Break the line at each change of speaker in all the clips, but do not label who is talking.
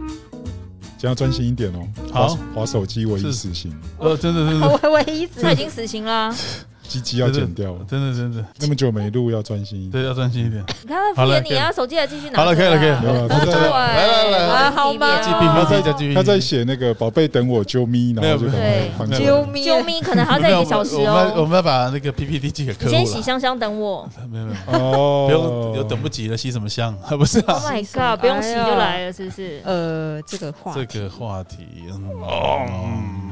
今天要专心一点哦。
好
滑滑手机唯一
是
死刑，
呃，真的 真的
我唯一
是
他已经死刑啦。
鸡鸡要剪掉了。
真的真的，
那么久没录，要专心一点。
对，要专心一点。
你看他敷
好了
衍
可
你
以了
啊，手机还继续拿。
好了可以了可以了
没有了，他
对，
在
来来来
啊好吗
继续并
哦
不
他
再
在
继续。
他在写那个“宝贝等我，啾咪”，然后就赶快
对
翻过
救
来。
命！
救！命，可啊能还要再一个小时
我们我们要我
哦。
们要把那个 PPT 寄给
你
客户
先洗
了。
香香等我。
没有没有，
哦，
不用，又等不及了，洗什么香？不是
Oh
啊，
my
洗什么
god，不用洗
哎呀
就来了，是不是？
呃，这个话
这
题
个话题，嗯，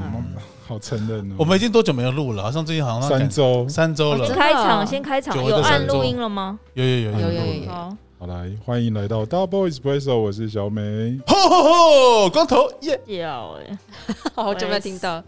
好承认哦。
我们已经多久没有录了？好像最近好像
三周，
三周
哦
了
真的，
开场先开场，
久违
有
的
按
三周
录音了吗？
有有有
有有
录
有
了
有，
好，
好来，欢迎来到 Double Espresso，我是小美。
吼吼吼，光头耶！
要哎，
好久没有听到。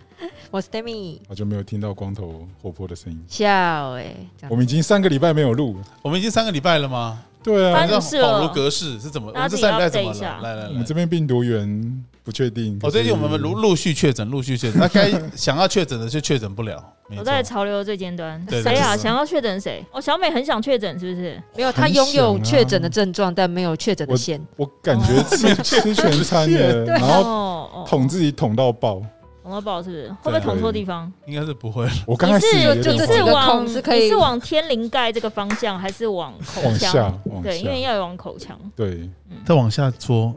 我是 Demi，
好久没有听到光头活泼的声音，
笑哎，这样
我们已经三个礼拜没有录。
我们已经三个礼拜了吗？
对
搬
啊，
入
像
室
恍如
了
隔世是怎么？我
大
们
家
这
自己
三个礼拜怎
update
么
一下
了？来来来，
我们这边病毒源不确定。
哦，最近我们陆
录
陆续确诊，陆续确诊。那该想要确诊的就确诊不了。没
我
错
在潮流的最尖端。
对
谁啊？
就是
想要确诊谁？哦，小美很想确诊，是不是？
没有，他
很
拥有
想啊
确诊的症状，但没有确诊的线。
我感觉 吃吃全餐耶，然后
哦，
捅自己捅到爆。
捅到爆是不是？会不会捅错地方？
应该是不会了。
我刚开始
你
也有
是
点
你
就这
是
几个
往
孔是可以
你是往天灵盖这个方向，还是往口
往
腔？
下，往
对，因为
下，
要有往口腔。
对，
再往下搓，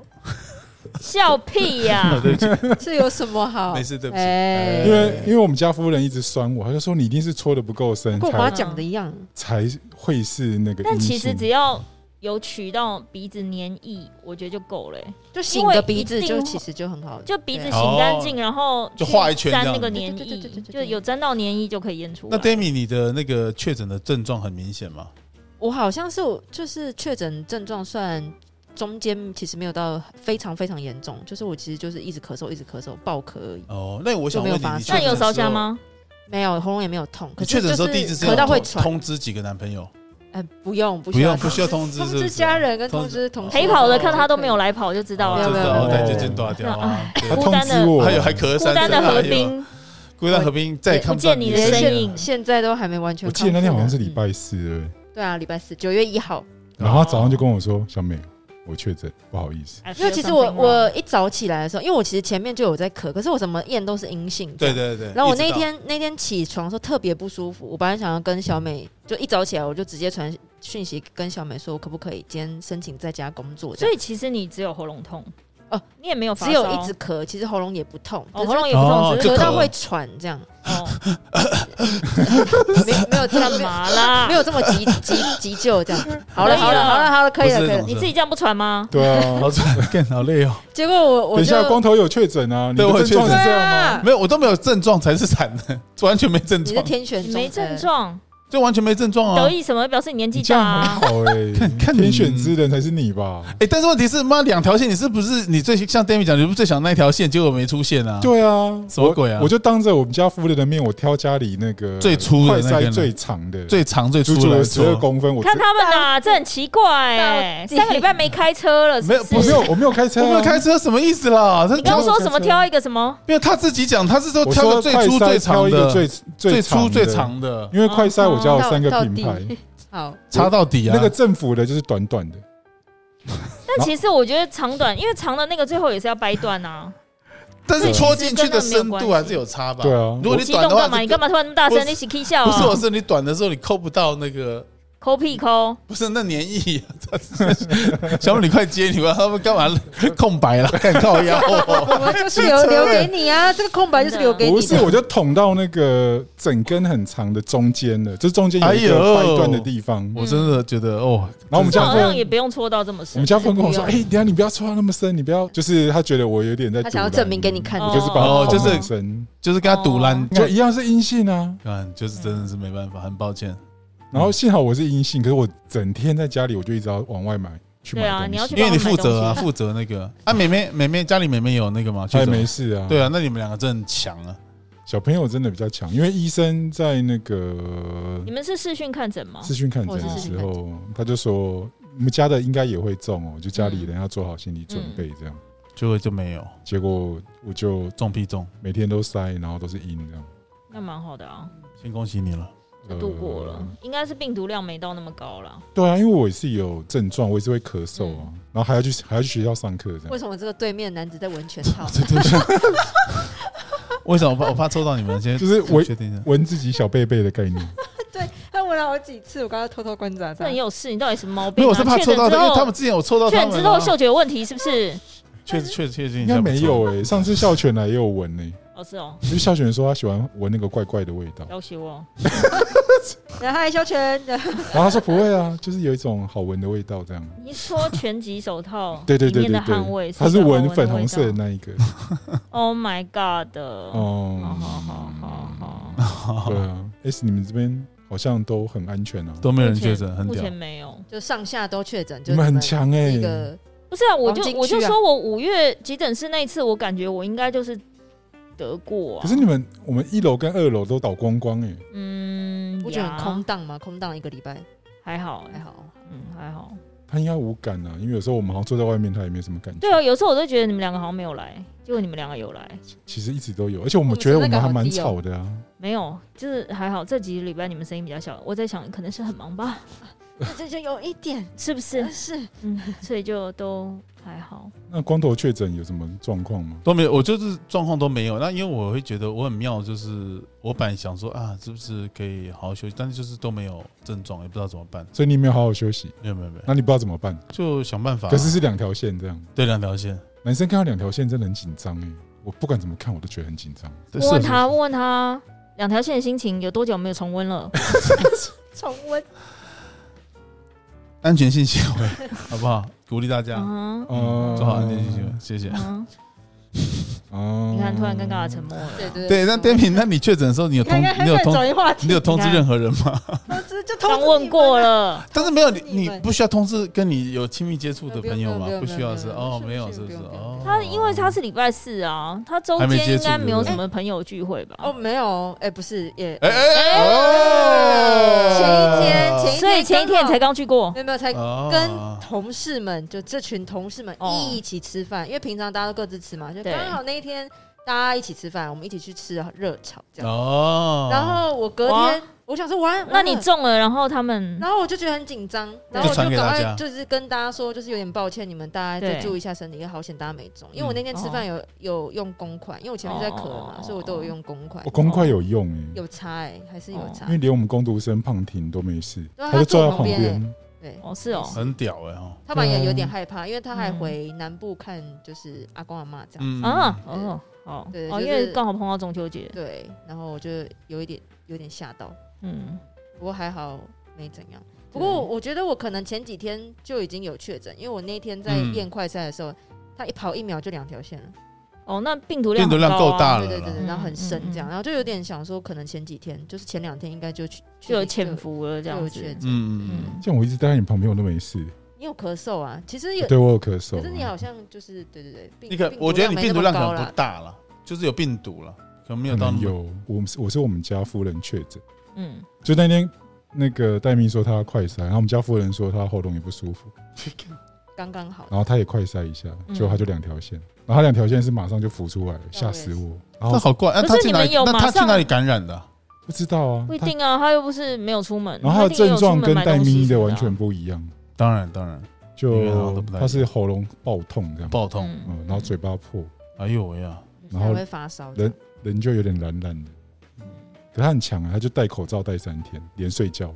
笑屁 呀！
这有什么好？
没事对不起
哎
因为因为我们家夫人一直酸我，她就说你一定是搓的不够深，
跟我妈
才
讲的一样，
才会是那个阴性。
但其实只要有取到鼻子黏液，我觉得就够了欸、
就擤个鼻
因
子
为一
就
定
其实就很好了。
就鼻子擤干净，然后
哦就
去
画一圈
沾
这样
那个
子
黏
啊对对对
液，
对对
就
对
有沾到黏液就可以验出
那
来。
Demi，你的那个确诊的症状很明显吗？
我好像是我就是确诊症状算中间其实没有到非常非常严重，就是我其实就是一直咳嗽，一直咳嗽，爆咳而已，
哦，那我想
就
问
没有
你，
发
你
烧
那
确
你有
诊
烧
的时
瞎
候？
吗？
没有喉咙也没有痛。可
你
是
确
就
诊的时候
是
第一次是
咳到
要
会
通
喘，
通知几个男朋友？
嗯
哎，不用不
不用，
用
不需要通知，
通
是不
知
是
家人跟
通
通知同事
陪跑的看他都没有来跑就知道
没有
就
了。
是
没有
哦，
没有
带
没
就
有
近大条啊，对
她
孤
通
单
知
的
我，
还有还咳
孤
三
单
声，
的河
哎呦，
滨，
孤单河滨再也看
不
到
见你
的
的
身
身
影
影。
现在都还没完全
我
康复
记
呢。
得那天好像是礼
嗯，
拜四，对不
哦
对
对啊，礼拜四九月一号。
然后她早上就跟我说：“小美，我确诊，不好意思。
I feel
因为其实我
something wrong
我一早起来的时候，因为我其实前面就有在咳，可是我怎么验都是阴性。
对。对对。
然后我
一直
那
到
天那天起床的时候特别不舒服，我本来想要跟小美，就一早起来我就直接传讯息跟小美说，我可不可以今天申请在家工作这
所
样？
以其实你只有喉咙痛
哦，
你也没有发
只有
烧
一直咳，其实喉咙也不痛，
哦，
可
喉
是
咙也不痛，
哦
只是
就咳
咳到会喘这样，
哦，
没有没有这
干
样，
嘛啦？
没有这么急急急救这样。 好了好了好了好了，可以了
不是
可以
那
了。
你自己这样不喘吗”？
对啊，
好惨，干好累哦。
结果我我
等一下
就
光头有确诊啊，你
对
的
我有
症状
确
是
诊
这样吗？
啊，
没有，我都没有症状才是惨的，完全没症
你是
状，
天选
你
中
没症，状，
就完全没症状啊
得。意什么？表示你年纪
你这
大
样
啊
很。 好哎，
看看你
天选之人才是你 吧？
哎，但是问题是，妈两条线，你是不是你最像 Demi 讲，你是不是最想那条线，结果没出现啊？
对啊，
什么鬼啊
我我就当着我们家夫人的面，我挑家里那个
最粗的
快
那根啊
塞最长的，
最长最
足
粗
足
来
有十二
说，
公分。我
看他们呐、这很奇怪哎、
到底
三个礼拜没开车了，
没有
是
我
不
没
是？
有，我没有开车
我
啊，
没有开车什么意思啦？他
你刚刚说什么挑一个什么？
没有他自己讲，他是说
我
挑
说
的最
快
粗
塞
最
挑
长
一个
的，
最
最粗
长
最
的，
长的，
因为快塞我家有三个
哦到
品牌，
好，
插到底啊。
那个政府的就是短短的，
但其实我觉得长短，因为长的那个最后也是要掰断啊。
但是
对
戳进去的深
跟那没有
度
关
还
系
是有差吧？
对啊
如果你
激
短
动
的话
干嘛？，
这
你干嘛突然那么大
不
声？
是
你起 K 笑啊？
不是我是你短的时候你扣不到那个，
抠屁抠，
不是那年意。 小美，你快接你吧，他们干嘛空白了？看靠腰哦，
我们就是留留给你啊，这个空白就是留给你
不
的。
是我就捅到那个整根很长的中间了，就是中间有一
哎呦
个掰断的地方。
我真的觉得哦，
然后我们
这
家
好
夫
像也
人，
不用戳到这么
我
深
们。家夫人跟我说：“
不
哎，等一下你不要戳到那么深，你不要。”就是他觉得我有点在，
他想要证明给你，看
我就是把
哦
它
就是
捅很深，
就是跟他赌
哦
烂，就
就一样是阴性啊。
看就是真的是没办法，很抱歉。
嗯
然
嗯
后幸好我是阴性，可是我整天在家里，我就一直要往外买去买
对啊
东西
你要去
因为你负责啊，负责那个啊，妹妹妹妹家里妹妹有那个吗？
他也
确诊
没事啊。
对啊，那你们两个真的很强啊。
小朋友真的比较强，因为医生在那个
你们是视讯看诊吗？
视讯看诊的时候，他就说我们家的应该也会中哦，就家里人要做好心理准备这样。
结果就没有
结果我就
中屁中，
每天都塞，然后都是阴这样。
那蛮好的啊。
先恭喜你了。
对
度过了
呃，
应该是病毒量没到那么高了。
对啊，因为我也是有症状，我也是会咳嗽啊，然后还要去还要去学校上课这
为
样。
什么这个对面男子在闻全套？
对对对。为什么我怕我怕抽到你们？先
就是我
确定一下，
闻自己小贝贝的概念，
他闻了好几次，我刚刚偷偷观察
那你有事，你到底什么毛
没
病、
有，
啊？
我是怕抽到
确诊之
的，因为他
后
们，之前有抽到
确
他
诊
们
之后
啊，
嗅觉有问题是不是？
确实确实确定
应该没有诶、上次校犬来也有闻呢、
哦，是哦，
因为校犬说他喜欢闻那个怪怪的味 道，
要挟我。
然后嗨，修全，
然后他说不会啊，就是有一种好闻的味道这样。
你说全集 手套
对对对
里面
对
的汗味
对，，他是闻
闻
粉红色的。那一个。
Oh my god！哦，好
哦，
好好好好，
对啊，S 你们这边好像都很安全啊，
都没有人
目
嗯
前
确诊，很
目
屌
前。没有。
就上下都确诊，就
你们很强哎
一。个
不是啊，我就
黄金区啊
我就说我五月急诊室那一次，我感觉我应该就是得过啊。
可是你们我们一楼跟二楼都倒光光哎，
嗯，
不觉得很
呀
空，荡吗？空荡一个礼拜
还好，
还好，
嗯，还好。
他应该无感啊，因为有时候我们好像坐在外面，他也没什么感觉。
对啊，有时候我都觉得你们两个好像没有来，结果你们两个有来，
其实一直都有，而且我们觉得我们还蛮吵的啊。
没有，就是还好。这几个礼拜你们声音比较小，我在想可能是很忙吧，
这就有一点
是 不是
但？是
嗯，所以就都还好。
那光头确诊有什么状况吗？
都没有，我就是状况都没有。那因为我会觉得我很妙，就是我本来想说啊，是不是可以好好休息，但是就是都没有症状，也不知道怎么办。
所以你没有好好休息，
没有没有没有，
那你不知道怎么办。
就想办法。
可是是两条线这样，
对两条线，
男生看到两条线真的很紧张哎，我不管怎么看我都觉得很紧张。
对
问问
是
他，问问他，两条线的心情有多久没有重温了？
重温
安全性行为，好不好？鼓励大家
嗯哼
哦，
做好安全性行为，谢谢
嗯。哼，
哦
你看，突然尴尬的沉默了。
对对
对，那 d e m i 那你确诊的时候，你有通
看看还
你有
在
通
转移 话题，
你有通知任何人吗？
通知就通
刚
知
问过了，
但是没有你，
你
你
们
不需要通知跟你有亲密接触
你
的
们，
朋友吗？不需要是
没有
哦，没
没有
有是不是
用用
哦？
他因为他是礼拜四啊，他周
还没
间
接
应
触
该没
对
有
不对
什么朋友聚会吧？
哦，没有，哎，不是也
哎哎哎
前
哦
一天前一天
所以前一天你才刚去过
没，有没有嗯才
哦
跟同事们，就这群同事们
哦
一起吃饭，因为平常大家都各自吃嘛，就
对
刚好那一天大家一起吃饭，我们一起去吃热炒这样。
哦，
然后我隔
哇
天，我想说完，
那
完
你
了
中了，然后他们
然后我就觉得很紧张，然后我
就传给
赶
大家
快就是跟大家说，就是有点抱歉，你们大家再
对
注意一下身体，因为好险大家没中。因为
嗯
我那天吃饭有有用公款，因为我前面就在咳了嘛，
哦
所以我都有用公款
我，公筷有用哎，
哦有差哎，还是有
哦
差
因为。连我们工读生胖婷都没事，
对啊
就
他
坐在
坐
旁
旁边
边。
对，
哦是哦，
很屌哎哦，
他本
对
来也
啊
有点害怕，因为他还回南部看就是阿公阿妈这样。
嗯
啊哦好
对
哦，
就是
因为刚好碰到中秋节，
对，然后我就有一点有一点吓到，
嗯，
不过还好没怎样。不过我觉得我可能前几天就已经有确诊，因为我那天在
嗯
验快筛的时候，他一跑一秒就两条线了。
哦那病毒量
病毒
很
量够
啊
大了
对对对
啦，
对，然后
嗯
很深
嗯
这样，然后就有点想说，可能前几天就是前两天应该就去
就有潜，伏了这样
就有
子
确，诊
嗯嗯
嗯，
像我一直待在你旁边，我都没事。
你有咳嗯嗽啊？其实有，
对我有咳嗽啊
可是你，好像就是对对对，病
那个
病毒
我觉得你
没
病
那
毒
么
量可
高
能不
啦。
大了，就是有病毒了，可能没有
可
到那
能
么
有我们是我是我们家夫人确诊，
嗯，
就那天那个戴咪说她要快筛，然后我们家夫人说她喉咙也不舒服，
刚刚好。
然后她也快筛一下，
嗯
结果她就两条线，然后她两条线是马上就浮出来了，吓死我！然
那
后
好怪，那
可
他
是
去
你
哪
们
里？
有
那
马
他去
上
哪里感染的啊？
不知道啊
不，一
她
定啊，他又不是没有出门，
然后她
他
的
一定也
症
有
状
出门
跟
买
戴
东西
咪
什
的
么
完
啊
全不一样，
当然当然，因为她好
就
都不太一样
她是喉咙爆痛这样，
爆痛，
嗯
嗯，然后嘴巴破，
哎呦喂呀，
然
才
后
会发烧的
人，人就有点懒懒的，可他很强啊，他就戴口罩戴三天，连睡觉，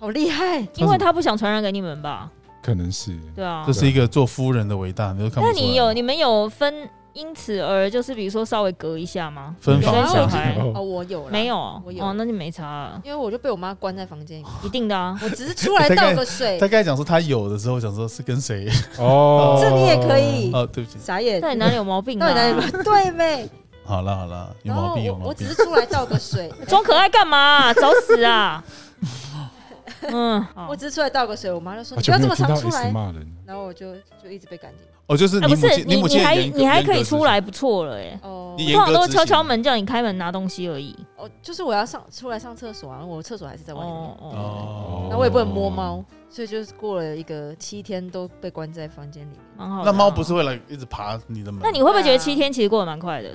好厉害！
因为他不想传染给你们吧？
可能是
对啊
这，是一个做夫人的伟大，你都看不
那
出来
你有你们有分因此而就是比如说稍微隔一下吗？
分
有
房
小
间
孩
哦，我有啦
没有，
我有
哦，那就没差了，
因为我就被我妈关在房间里，
一定 的啊。
我只是出来倒 个水
他，刚才讲说他有的时候，想说是跟谁？
哦，
这你也可
嗯
以，
哦，对不起，
傻眼，
到底哪里有毛病、啊？
到底哪里有？对呗。
好了好了，有
然
毛
后
哦
病有啊
我
毛
我只
病
是。出来倒个 水，
装可爱干嘛、找死啊！ 嗯，好
我只是出来倒个水，我妈就说
好
你不
久
要
啊没
这
有听到
么常出
S
来，
骂人，
然后我就就一直被赶进。
哦，就是
哎、
你
不
母
是
亲，
你
母亲
你
也
还
严格
你还可以出，
严格
来，不错了哎、
哦，
你
通
严
常都
格
是
执
敲
行
敲门叫你开门拿东西而已。
哦，就是我要上出来上厕所啊，我厕所还是在外面，
哦
执行
哦，
哦，
然后我也不能摸猫，所以就是过了一个七天都被关在房间里面。
蛮好的
那
啊。
猫不是会来一直爬你的门？
那你会不会觉得七天其实过得蛮快的？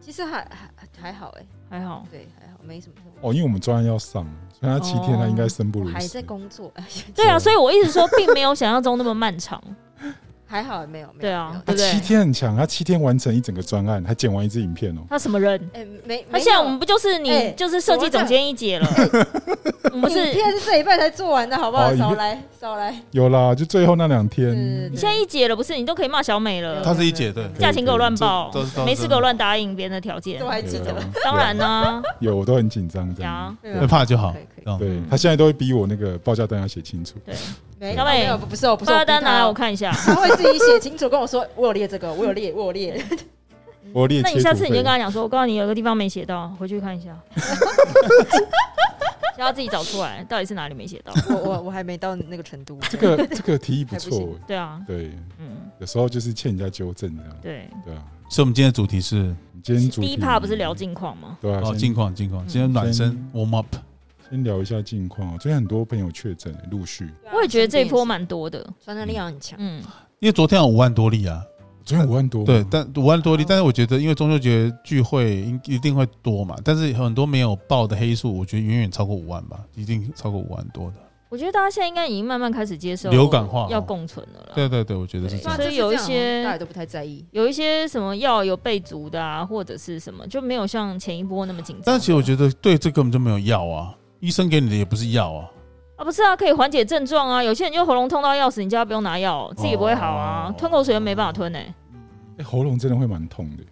其实还还还好哎、
还好，
对，还好，没什么。
哦，因为我们专案要上，所以他七天他应该生不
哦我
如
还
死
在。工作，
对啊，所以我一直说并没有想象中那么漫 长，
还好没有。没有
对啊
没有
他
对不对
七天很强，他七天完成一整个专案，还剪完一支影片哦。
他什么人？
哎、没，
那
没
现在
有
我们不就是你、
哎
就是设计总监一姐了？我们不是
影片是这一半才做完的，好不好？
哦影片
少来少来，
有啦，就最后那两天，啊
对
你现在一姐了，不是你都可以骂小美了，
他是一姐对，
对
价钱给我乱报
这这这，
没事给我乱答应别人的条件
这我。还记
对
得。
啊
当 然啦、
有，我都很紧张这样。
呀，
对
会
啊
怕就好
可以可以。
这样
对他现在都会逼我那个报价单要写清楚。
没
小
有
美
没有，不是我不
报
是我
价
逼
单
他
拿来
哦
我看一下。
他会自己写清楚跟我说，我有列这个，我有列，我有列。
我列
那
切图
你下次你就
费
跟他讲说，我告诉你有个地方没写到，回去看一 下，叫他自己找出来到底是哪里没写到。
我我我还没到那个程度。
嗯
这个这个提议不
还不
错
行，
对啊，
对，
嗯，
有时候就是欠人家纠正这样，
对。
对啊。
所以我们今天的主题是
你今天主
第
题
一趴不是聊近况吗？
对啊，
哦，
先
近况近况，今天暖身 warm up，
先聊一下近况啊。最近很多朋友确诊，陆续。
啊
我也觉得这一波蛮多的，
传染力好像很强。
嗯，
因为昨天有五万多例啊，
昨天五万多，
对，但五万多例，但是我觉得因为中秋节聚会应一定会多嘛，但是很多没有报的黑数，我觉得远远超过五万吧，一定超过五万多的。
我觉得大家现在应该已经慢慢开始接受
流感化哦
要共存了啦。
对对对，我觉得是这
虽
样
然
所
这
以
次
有一
这样哦
些
大家都不太在意。
有一些什么药有备足的啊，或者是什么，就没有像前一波那么紧张。
但其实我觉得对这根本就没有药啊，医生给你的也不是药啊。
啊，不是啊，可以缓解症状啊。有些人就喉咙痛到要死，你叫他不用拿药，自己也不会好啊，
哦
吞口水又没办法吞呢、
哎，喉咙真的会蛮痛的。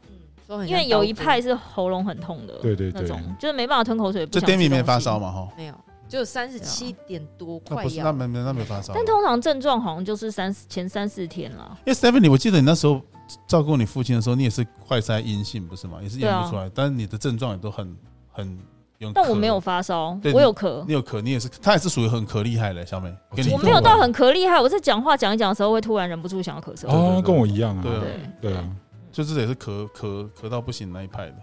说很像
嗯因为有一
刀
派是喉咙很痛的，
对对对
那种就是没办法吞口水。不
这
想吃
Demi 没发
东西
烧？嘛哈
锋？没有，只有三十七点多
那
快
不是，
要
那。没没那没发烧。啊
但通常症状好像就是三前三四天啦。
因为 Stephanie，我记得你那时候照顾你父亲的时候，你也是快筛阴性不是吗？也是验不出来，但是你的症状也都很很有。
但我没有，发烧
对，
我有咳，
你有咳，你也是，他也是属于很咳厉害的小美。跟你
真
我
的
没有到很咳厉害。我在讲话讲一讲的时候，会突然忍不住想要咳嗽。
哦，
对对对
跟我一样
嗯对
啊。
啊，
对，
对啊，
就是也是咳咳咳到不行那一派的。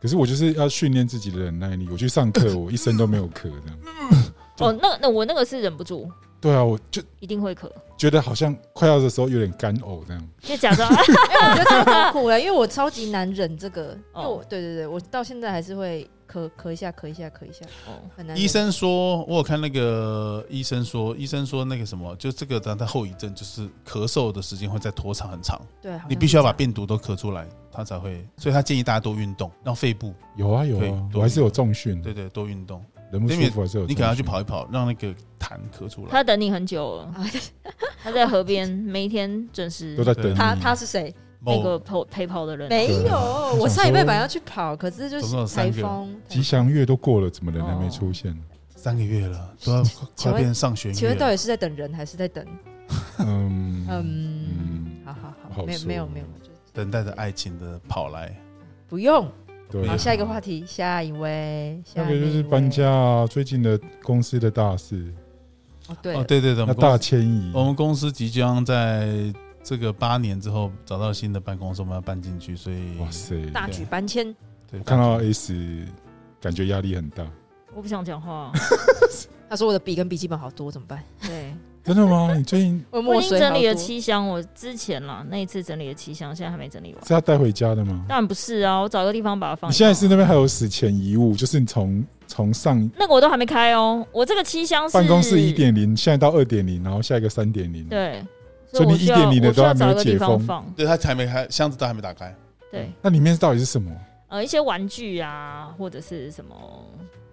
可是我就是要训练自己的忍耐力。我去上课，我一声都没有咳这样。
哦，那个那我那个是忍不住，
对啊，我就
一定会咳，
觉得好像快要的时候有点干呕这样。
就 假装
哎我觉得这个好苦了，因为我超级难忍这个。因
哦
为我对对对，我到现在还是会咳咳一下，咳一下，咳一下，
哦
很难忍。
医生说，我有看那个医生说，医生说那个什么，就这个它的后遗症就是咳嗽的时间会再拖长很长，
对，好像
你必须要把
是这
病
样
毒都咳出来，它才会。所以他建议大家多运动，让肺部，
有啊有
对
啊，
对
我还是有重训，
对对，多运动。
人不舒服还是有重训。
你给他去跑一跑，让那个痰咳出来。
他等你很久了，他在河边每一天准时
都在等你
他他是谁？
那个
某
跑陪跑的人，
没
对
有，我
想
上礼拜
说
本来要去跑，可是就
总共有
是
三
台
个
风。
吉祥月都过了，怎么人还没出现？
三个月了，都要快
请
快
问
变上学
请
月
问到
了。
底是在等人还是在等？
嗯
嗯，
嗯，
好好
不
好，
好
没有没有
说
没有，就
等待着爱情的跑来，
不用。
对
好，
啊。
下一个话题，下一位，
那
下
个
一
就是
位
搬家啊，最近的公司的大事，
哦，对
哦，，对对对，我
那
们公
大
司哦
迁移，
我们公司即将在这个八年之后找到新的办公室，我们要搬进去，所以
哇塞！
大举搬迁，
对，
看到 S 感觉压力很大，
我不想 讲话。
他说我的笔跟笔记本好多，怎么办？
对，
真的吗？你最近
我
我
墨
已经
水好
整理了
多。
七箱，我之前啦那一次整理了七箱，现在还没整理完。
是要带回家的吗？
当然不是啊，我找一个地方把它
你
放一放。
现在是那边还有史前遗物，就是你从从上
那个我都还没开哦，我这个七箱是
办公室一，点零，现在到二点零，然后下一个三点零，
对，
所以
我
你
需要
1.0的
我需
都还
要
没
找
有
一个地
解
方
封嗯
放。
对他还没开，箱子都还没打开。
对，
那里面到底是什么？
呃，一些玩具啊，或者是什么，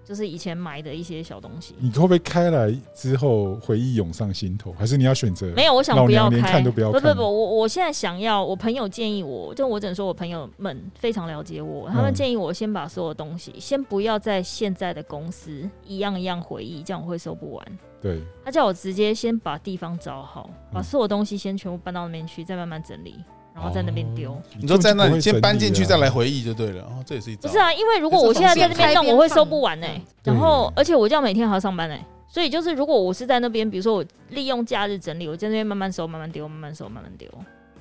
就是以前买的一些小东西。
你会不会开来之后回忆涌上心头？还是你要选择？
没有，我想不要
老娘连
开，
看都不要
不
看
不不，我我现在想要，我朋友建议我，就我只能说我朋友们非常了解我，他
嗯
们建议我先把所有东西，先不要在现在的公司一样一样回忆，这样我会收不完。
对，
他叫我直接先把地方找好，把
嗯
所有东西先全部搬到那边去，再慢慢整理，然后在那边丢。
哦
你说在那里先搬进去，再来
回。
回忆就对了。哦，这也是一招。
不是啊，因为如果我现在在这边弄，我会收不完呢、
对
嗯
然后，而且我这样每天还要上班呢、欸所以就是如果我是在那边，比如说我利用假日整理，我在那边慢慢收、慢慢丢、慢慢收、慢慢丢。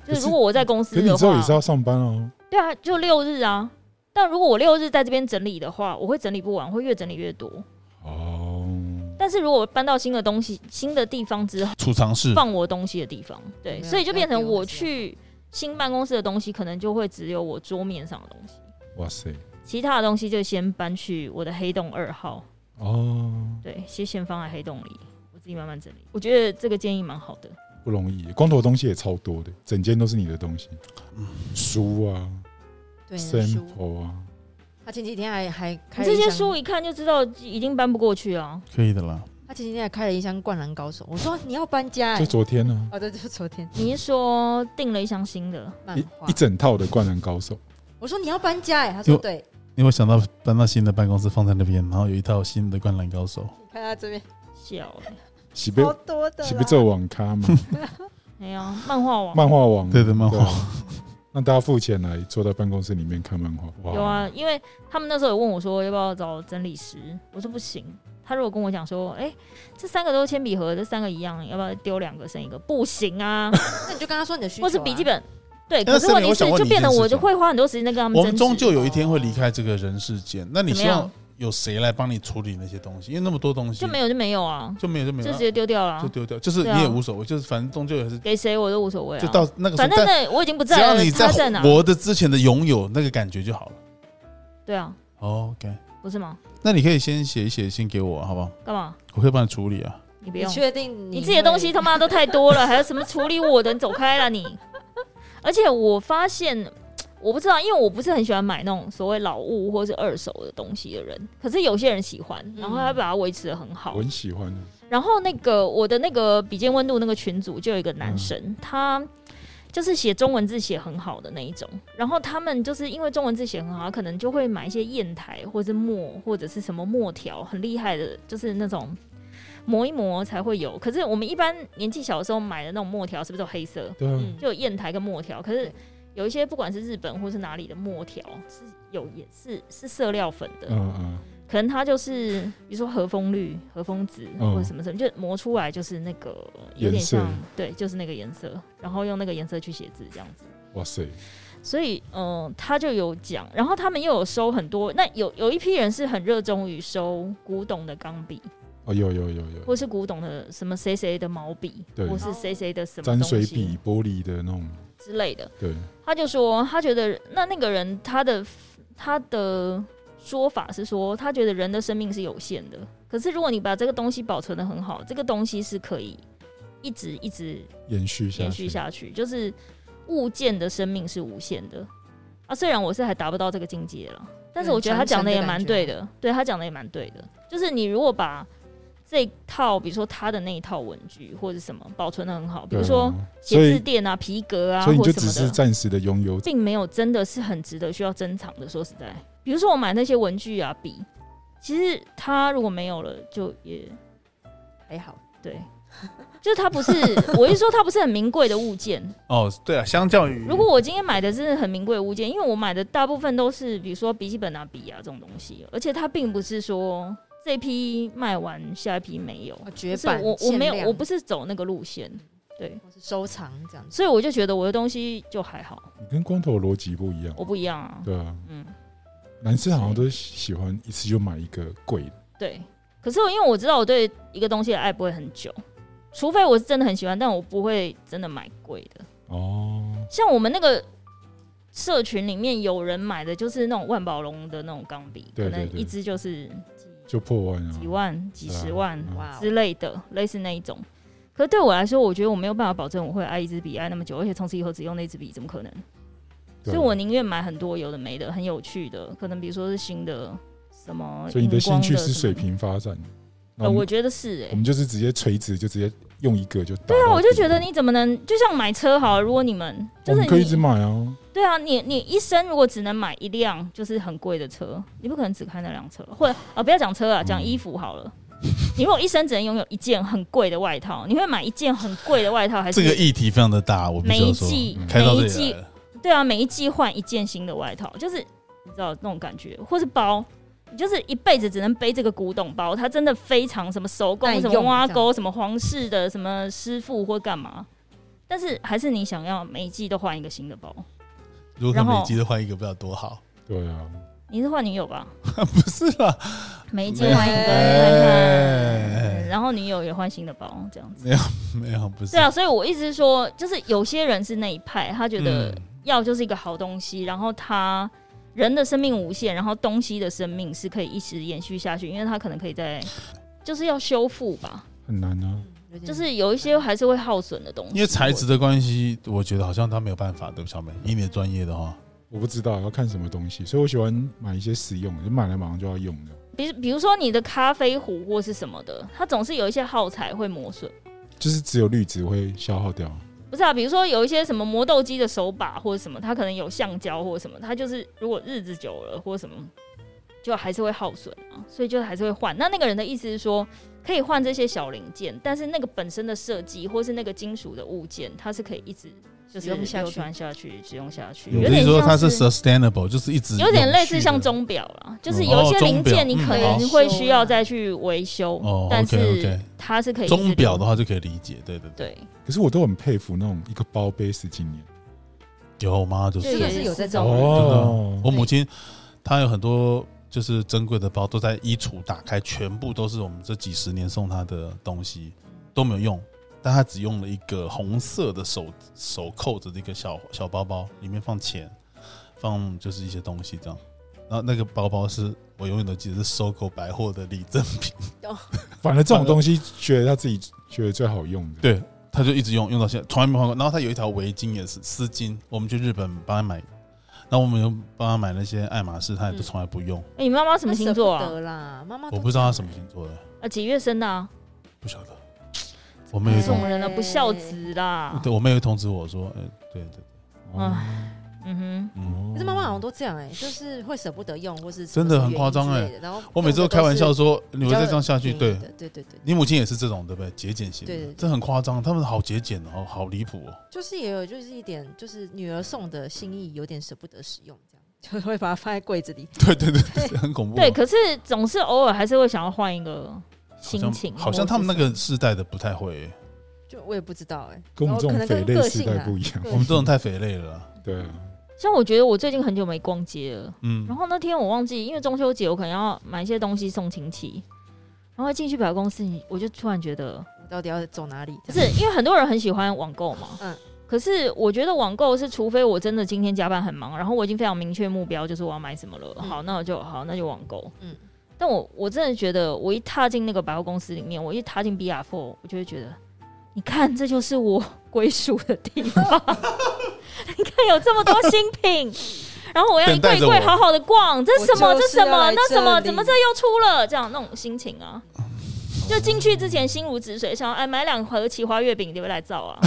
就是如果我在公
可
司
是你
的
之后也是
话，
要上班哦。
对啊，就六日啊。但如果我六日在这边整理的话，我会整理不完，会越整理越多。
哦，
但是如果我搬到新的东西、新的地方之后，
储藏室
放我东西的地方，对，
没有
所以就变成
不
我
要丢
去新办公室的东西，可能就会只有我桌面上的东西。
哇塞，
其他的东西就先搬去我的黑洞二号，
哦，
对，先先放在黑洞里，我自己慢慢整理。我觉得这个建议蛮好的。
不容易，光头的东西也超多的，整间都是你的东西，书啊
对，书，
，sample 啊，
他前几天还还开了
这
一
些
箱
书一看就知道已经搬不过去啊。
可以的啦。
他前几天还开了一箱《灌篮高手》，我说你要搬家、
就
欸，
昨天啊呢、
哦，对，就是昨天
你是说订了一箱新的？
啊，
漫
一
画
一，整套的《灌篮高手》，
我说你要搬家、欸，他说
有
对，
因为我想到搬到新的办公室放在那边，然后有一套新的灌篮高手，
你看他这边
笑欸，
喜被
超多
啊
的啦，
喜被这网咖嘛，
哎呀，漫画网
漫画网，
嗯对的漫画
对啊让大家付钱来坐在办公室里面看漫画，哇，
有啊，因为他们那时候有问我说要不要找整理师，我说不行。他如果跟我讲说，哎、这三个都是铅笔盒，这三个一样，要不要丢两个剩一个？不行啊，
那你就跟他说你的需求、啊，
或是笔记本。对，
但
可
是
是问题
我
是
想，问
就
你一
变得
件事
我就
情
会花很多时间在跟他们
我
争
们
执。
终究有一天会离开这个人世间。那你
哦怎么
希望
样
有谁来帮你处理那些东西？因为那么多东西
就没有就没有啊，
就没有就没
就
有
直接丢掉了
就
啊，
丢掉，就是你
对啊
也无所谓，就是反正终究也是
给谁我都无所谓啊。
就到那个时
反
候，但
正那我已经不
只
在
要
了，
你
他在哪？
活的之前的拥有那个感觉就好了。
对啊，
哦 OK，
不是吗？
那你可以先写一写信给我，好不好？
干嘛？
我可以帮你处理啊。
你不
你
用，
确定
你自己的东西
会
他妈都太多了，还有什么处理我的？你走开了你！而且我发现，我不知道，因为我不是很喜欢买那种所谓老物或是二手的东西的人，可是有些人喜欢，然后
嗯
他把它维持的很好
我。很喜欢啊，
然后那个我的那个比肩温度那个群组就有一个男生，他就是写中文字写很好的那一种，然后他们就是因为中文字写很好，他可能就会买一些砚台或是墨或者是什么墨条，很厉害的，就是那种。磨一磨才会有，可是我们一般年纪小的时候买的那种墨条，是不是都黑色？
对啊，
嗯
就有砚台跟墨条，可是
对
有一些不管是日本或是哪里的墨条，是有也是是色料粉的，
嗯嗯，
可能它就是比如说和风绿、和风紫
嗯
或者什么什么，就磨出来就是那个有
颜
点
色
像，对，就是那个颜色，然后用那个颜色去写字这样子。
哇塞，
所以，嗯，他就有讲，然后他们又有收很多，那有有一批人是很热衷于收古董的钢笔，
哦有有有有，
或是古董的什么谁谁的毛笔，
对
或是谁谁的什么
沾
东
水
西
笔、玻璃的那种，
之类的。
对，
他就说，他觉得那那个人他的他的说法是说，他觉得人的生命是有限的。可是如果你把这个东西保存的很好，这个东西是可以一直一直
延续下去，
延续下去，就是物件的生命是无限的。啊，虽然我是还达不到这个境界了，但是我觉得他讲的也蛮对
嗯
的，对他讲的也蛮对的。就是你如果把这套，比如说他的那一套文具或者什么保存的很好，比
对啊，
如说写
所
字
以
垫啊、皮革啊，
所
或
以你就
什
只
么的
是。暂时的拥有者，
并没有真的是很值得需要珍藏的。说实在，比如说我买那些文具啊、笔，其实它如果没有了，就也
还哎好，
对， 就是它不是，我是说它不是很名贵的物件。
哦，对啊，相较于
如果我今天买的真的很名贵的物件，因为我买的大部分都是比如说笔记本啊、笔啊这种东西，而且它并不是说这批卖完下一批没有，
我
就
绝
是
版，
我我没
限
有，
量
我不是走那个路线，对，
我是收藏这样子，
所以我就觉得我的东西就还好，
你跟光头的逻辑不一样
我，不一样啊，
对啊，
嗯。
男生好像都喜欢一次就买一个贵的，
对，可是我因为我知道我对一个东西的爱不会很久，除非我是真的很喜欢，但我不会真的买贵的。
哦，
像我们那个社群里面有人买的就是那种万宝龙的那种钢笔，
对
可
对
能
对
一支就是
就破万啊，
几万、几十万
嗯
哇哦
之，类的，类似那一种。可是对我来说，我觉得我没有办法保证我会爱一支笔爱那么久，而且从此以后只用那支笔，怎么可能？
对
所以我宁愿买很多有的没的，很有趣的，可能比如说是新的什么荧光什么。
所以你的兴趣是水平发展，那
呃，
我
我
们
觉得是哎、
哦我们就是直接垂直就直接用一个就对
对啊，我就觉得你怎么能就像买车好了，如果你们
我
就
们
是
可以一直
你
买啊，
对啊，你你一生如果只能买一辆就是很贵的车，你不可能只开那辆车，或者啊、不要讲车啊，
嗯
讲衣服好了。你如果一生只能拥有一件很贵的外套，你会买一件很贵的外套，还
这个
是
议题非常的大，我必须要说
每一季，
开到这
每一
里
季
来了，
对啊，每一季换一件新的外套，就是你知道那种感觉，或是包。你就是一辈子只能背这个古董包，它真的非常什么手工
耐、
什
用
么挖沟、什么皇室的、什么师傅或干嘛，但是还是你想要每一季都换一个新的包。
如果他
然
每
后
一季都换一个，不知道多好。
对啊，
你是换女友吧？
不是啦，
每一季
没
换一个看看，
哎
然后女友也换新的包，这样子。
没有，不是
对。啊，所以我一直说，就是有些人是那一派，他觉得
嗯
要就是一个好东西，然后他人的生命无限，然后东西的生命是可以一直延续下去，因为它可能可以在，就是要修复吧，
很难啊。
有点
就是有一些还是会耗损的东西。
因为材质的关系，我觉得好像他没有办法，对不起，小美，以你的专业的话，
我不知道啊要看什么东西，所以我喜欢买一些实用的，就买来马上就要用的。
比如比如说你的咖啡壶或是什么的，它总是有一些耗材会磨损。
就是只有绿植会消耗掉，
不是啊，比如说有一些什么磨豆机的手把或者什么，它可能有橡胶或者什么，它就是如果日子久了或者什么，就还是会耗损啊，所以就还是会换。那那个人的意思是说，可以换这些小零件，但是那个本身的设计或是那个金属的物件，它是可以一直就是
使用下去
流传下去、使用下去，
我
有
的意
点
思说它
像
是 sustainable，就是一直
有点类
永
似
续
像
的
钟表啦，就是
嗯
有一些
哦钟
零件
表
你
嗯
可能
好
会需要再去维修，
哦
但是
OK，OK
它是可以一直
钟表的
流
话就可以理解，对对对，
对。
可是我都很佩服那种一个包背十几年
有我妈就是
对
真的是有在找
有
人，
哦
我母亲她有很多就是珍贵的包，都在衣橱打开，全部都是我们这几十年送她的东西，都没有用。但她只用了一个红色的手手扣着的一个小小包包，里面放钱，放就是一些东西这样。然后那个包包是我永远都记得是搜狗百货的礼赠品，
反而这种东西觉得他自己觉得最好用的。
对，她就一直用用到现在，从来没换过。然后她有一条围巾也是丝巾，我们去日本帮她买，然后我们又帮她买那些爱马仕，她也都
嗯
从来不用。
哎你妈妈什
什
么星座啊？
得啦，妈妈
我不知道她什么星座的。
啊，几月生的啊？
不晓得。我们有一
这种
种，
人啊呢，不孝子啦。
对我妹会通知我说，呃，对对，
哎，
嗯
嗯，
可是妈妈好像都这样哎、就是会舍不得用，或是什
真
么
的很
原因
夸张
之类
欸
的。然后
我每次都
用的
开玩笑
是
说，你
比
们
较
再这样下去，
便宜
对
的对对对，
你母亲也是这种，对不对？节俭型的，
对对对
这很夸张，他们好节俭哦，好离谱哦。
就是也有就是一点就是女儿送的心意，有点舍不得使用，这样就会把它放在柜子里。
对对对对，很恐
哼，
怖。哦
对，可是总是偶尔还是会想要换一个
好
心
像
情。
好像他们那
或
个
者是
世代的不太会，
就我也不知道哎、
跟我们这种
然后
匪
可能跟
类
个
时
性
代
啊
不一样。
我们这种太肥累了啦。
对啊，
像我觉得我最近很久没逛街了，
嗯
然，后那天我忘记，因为中秋节我可能要买一些东西送亲戚，然后进去百货公司，我就突然觉得，
我到底要走哪里？
不是因为很多人很喜欢网购嘛，
嗯
可是我觉得网购是，除非我真的今天加班很忙，然后我已经非常明确目标，就是我要买什么了。
嗯
好，那我就好，那就网购。嗯
嗯，
但我我真的觉得，我一踏进那个百货公司里面，我一踏进 B R Four，我就会觉得，你看，这就是我归属的 地方。你看有这么多新品，然后我要一
等待
柜一
着
柜
我
好好的逛，这什么？
我就
这
是
什
要
么？
来
那什么？
这里
怎么这又出了？这样那种心情啊。就进去之前心如止水，想要哎买两盒奇花月饼留来造 啊。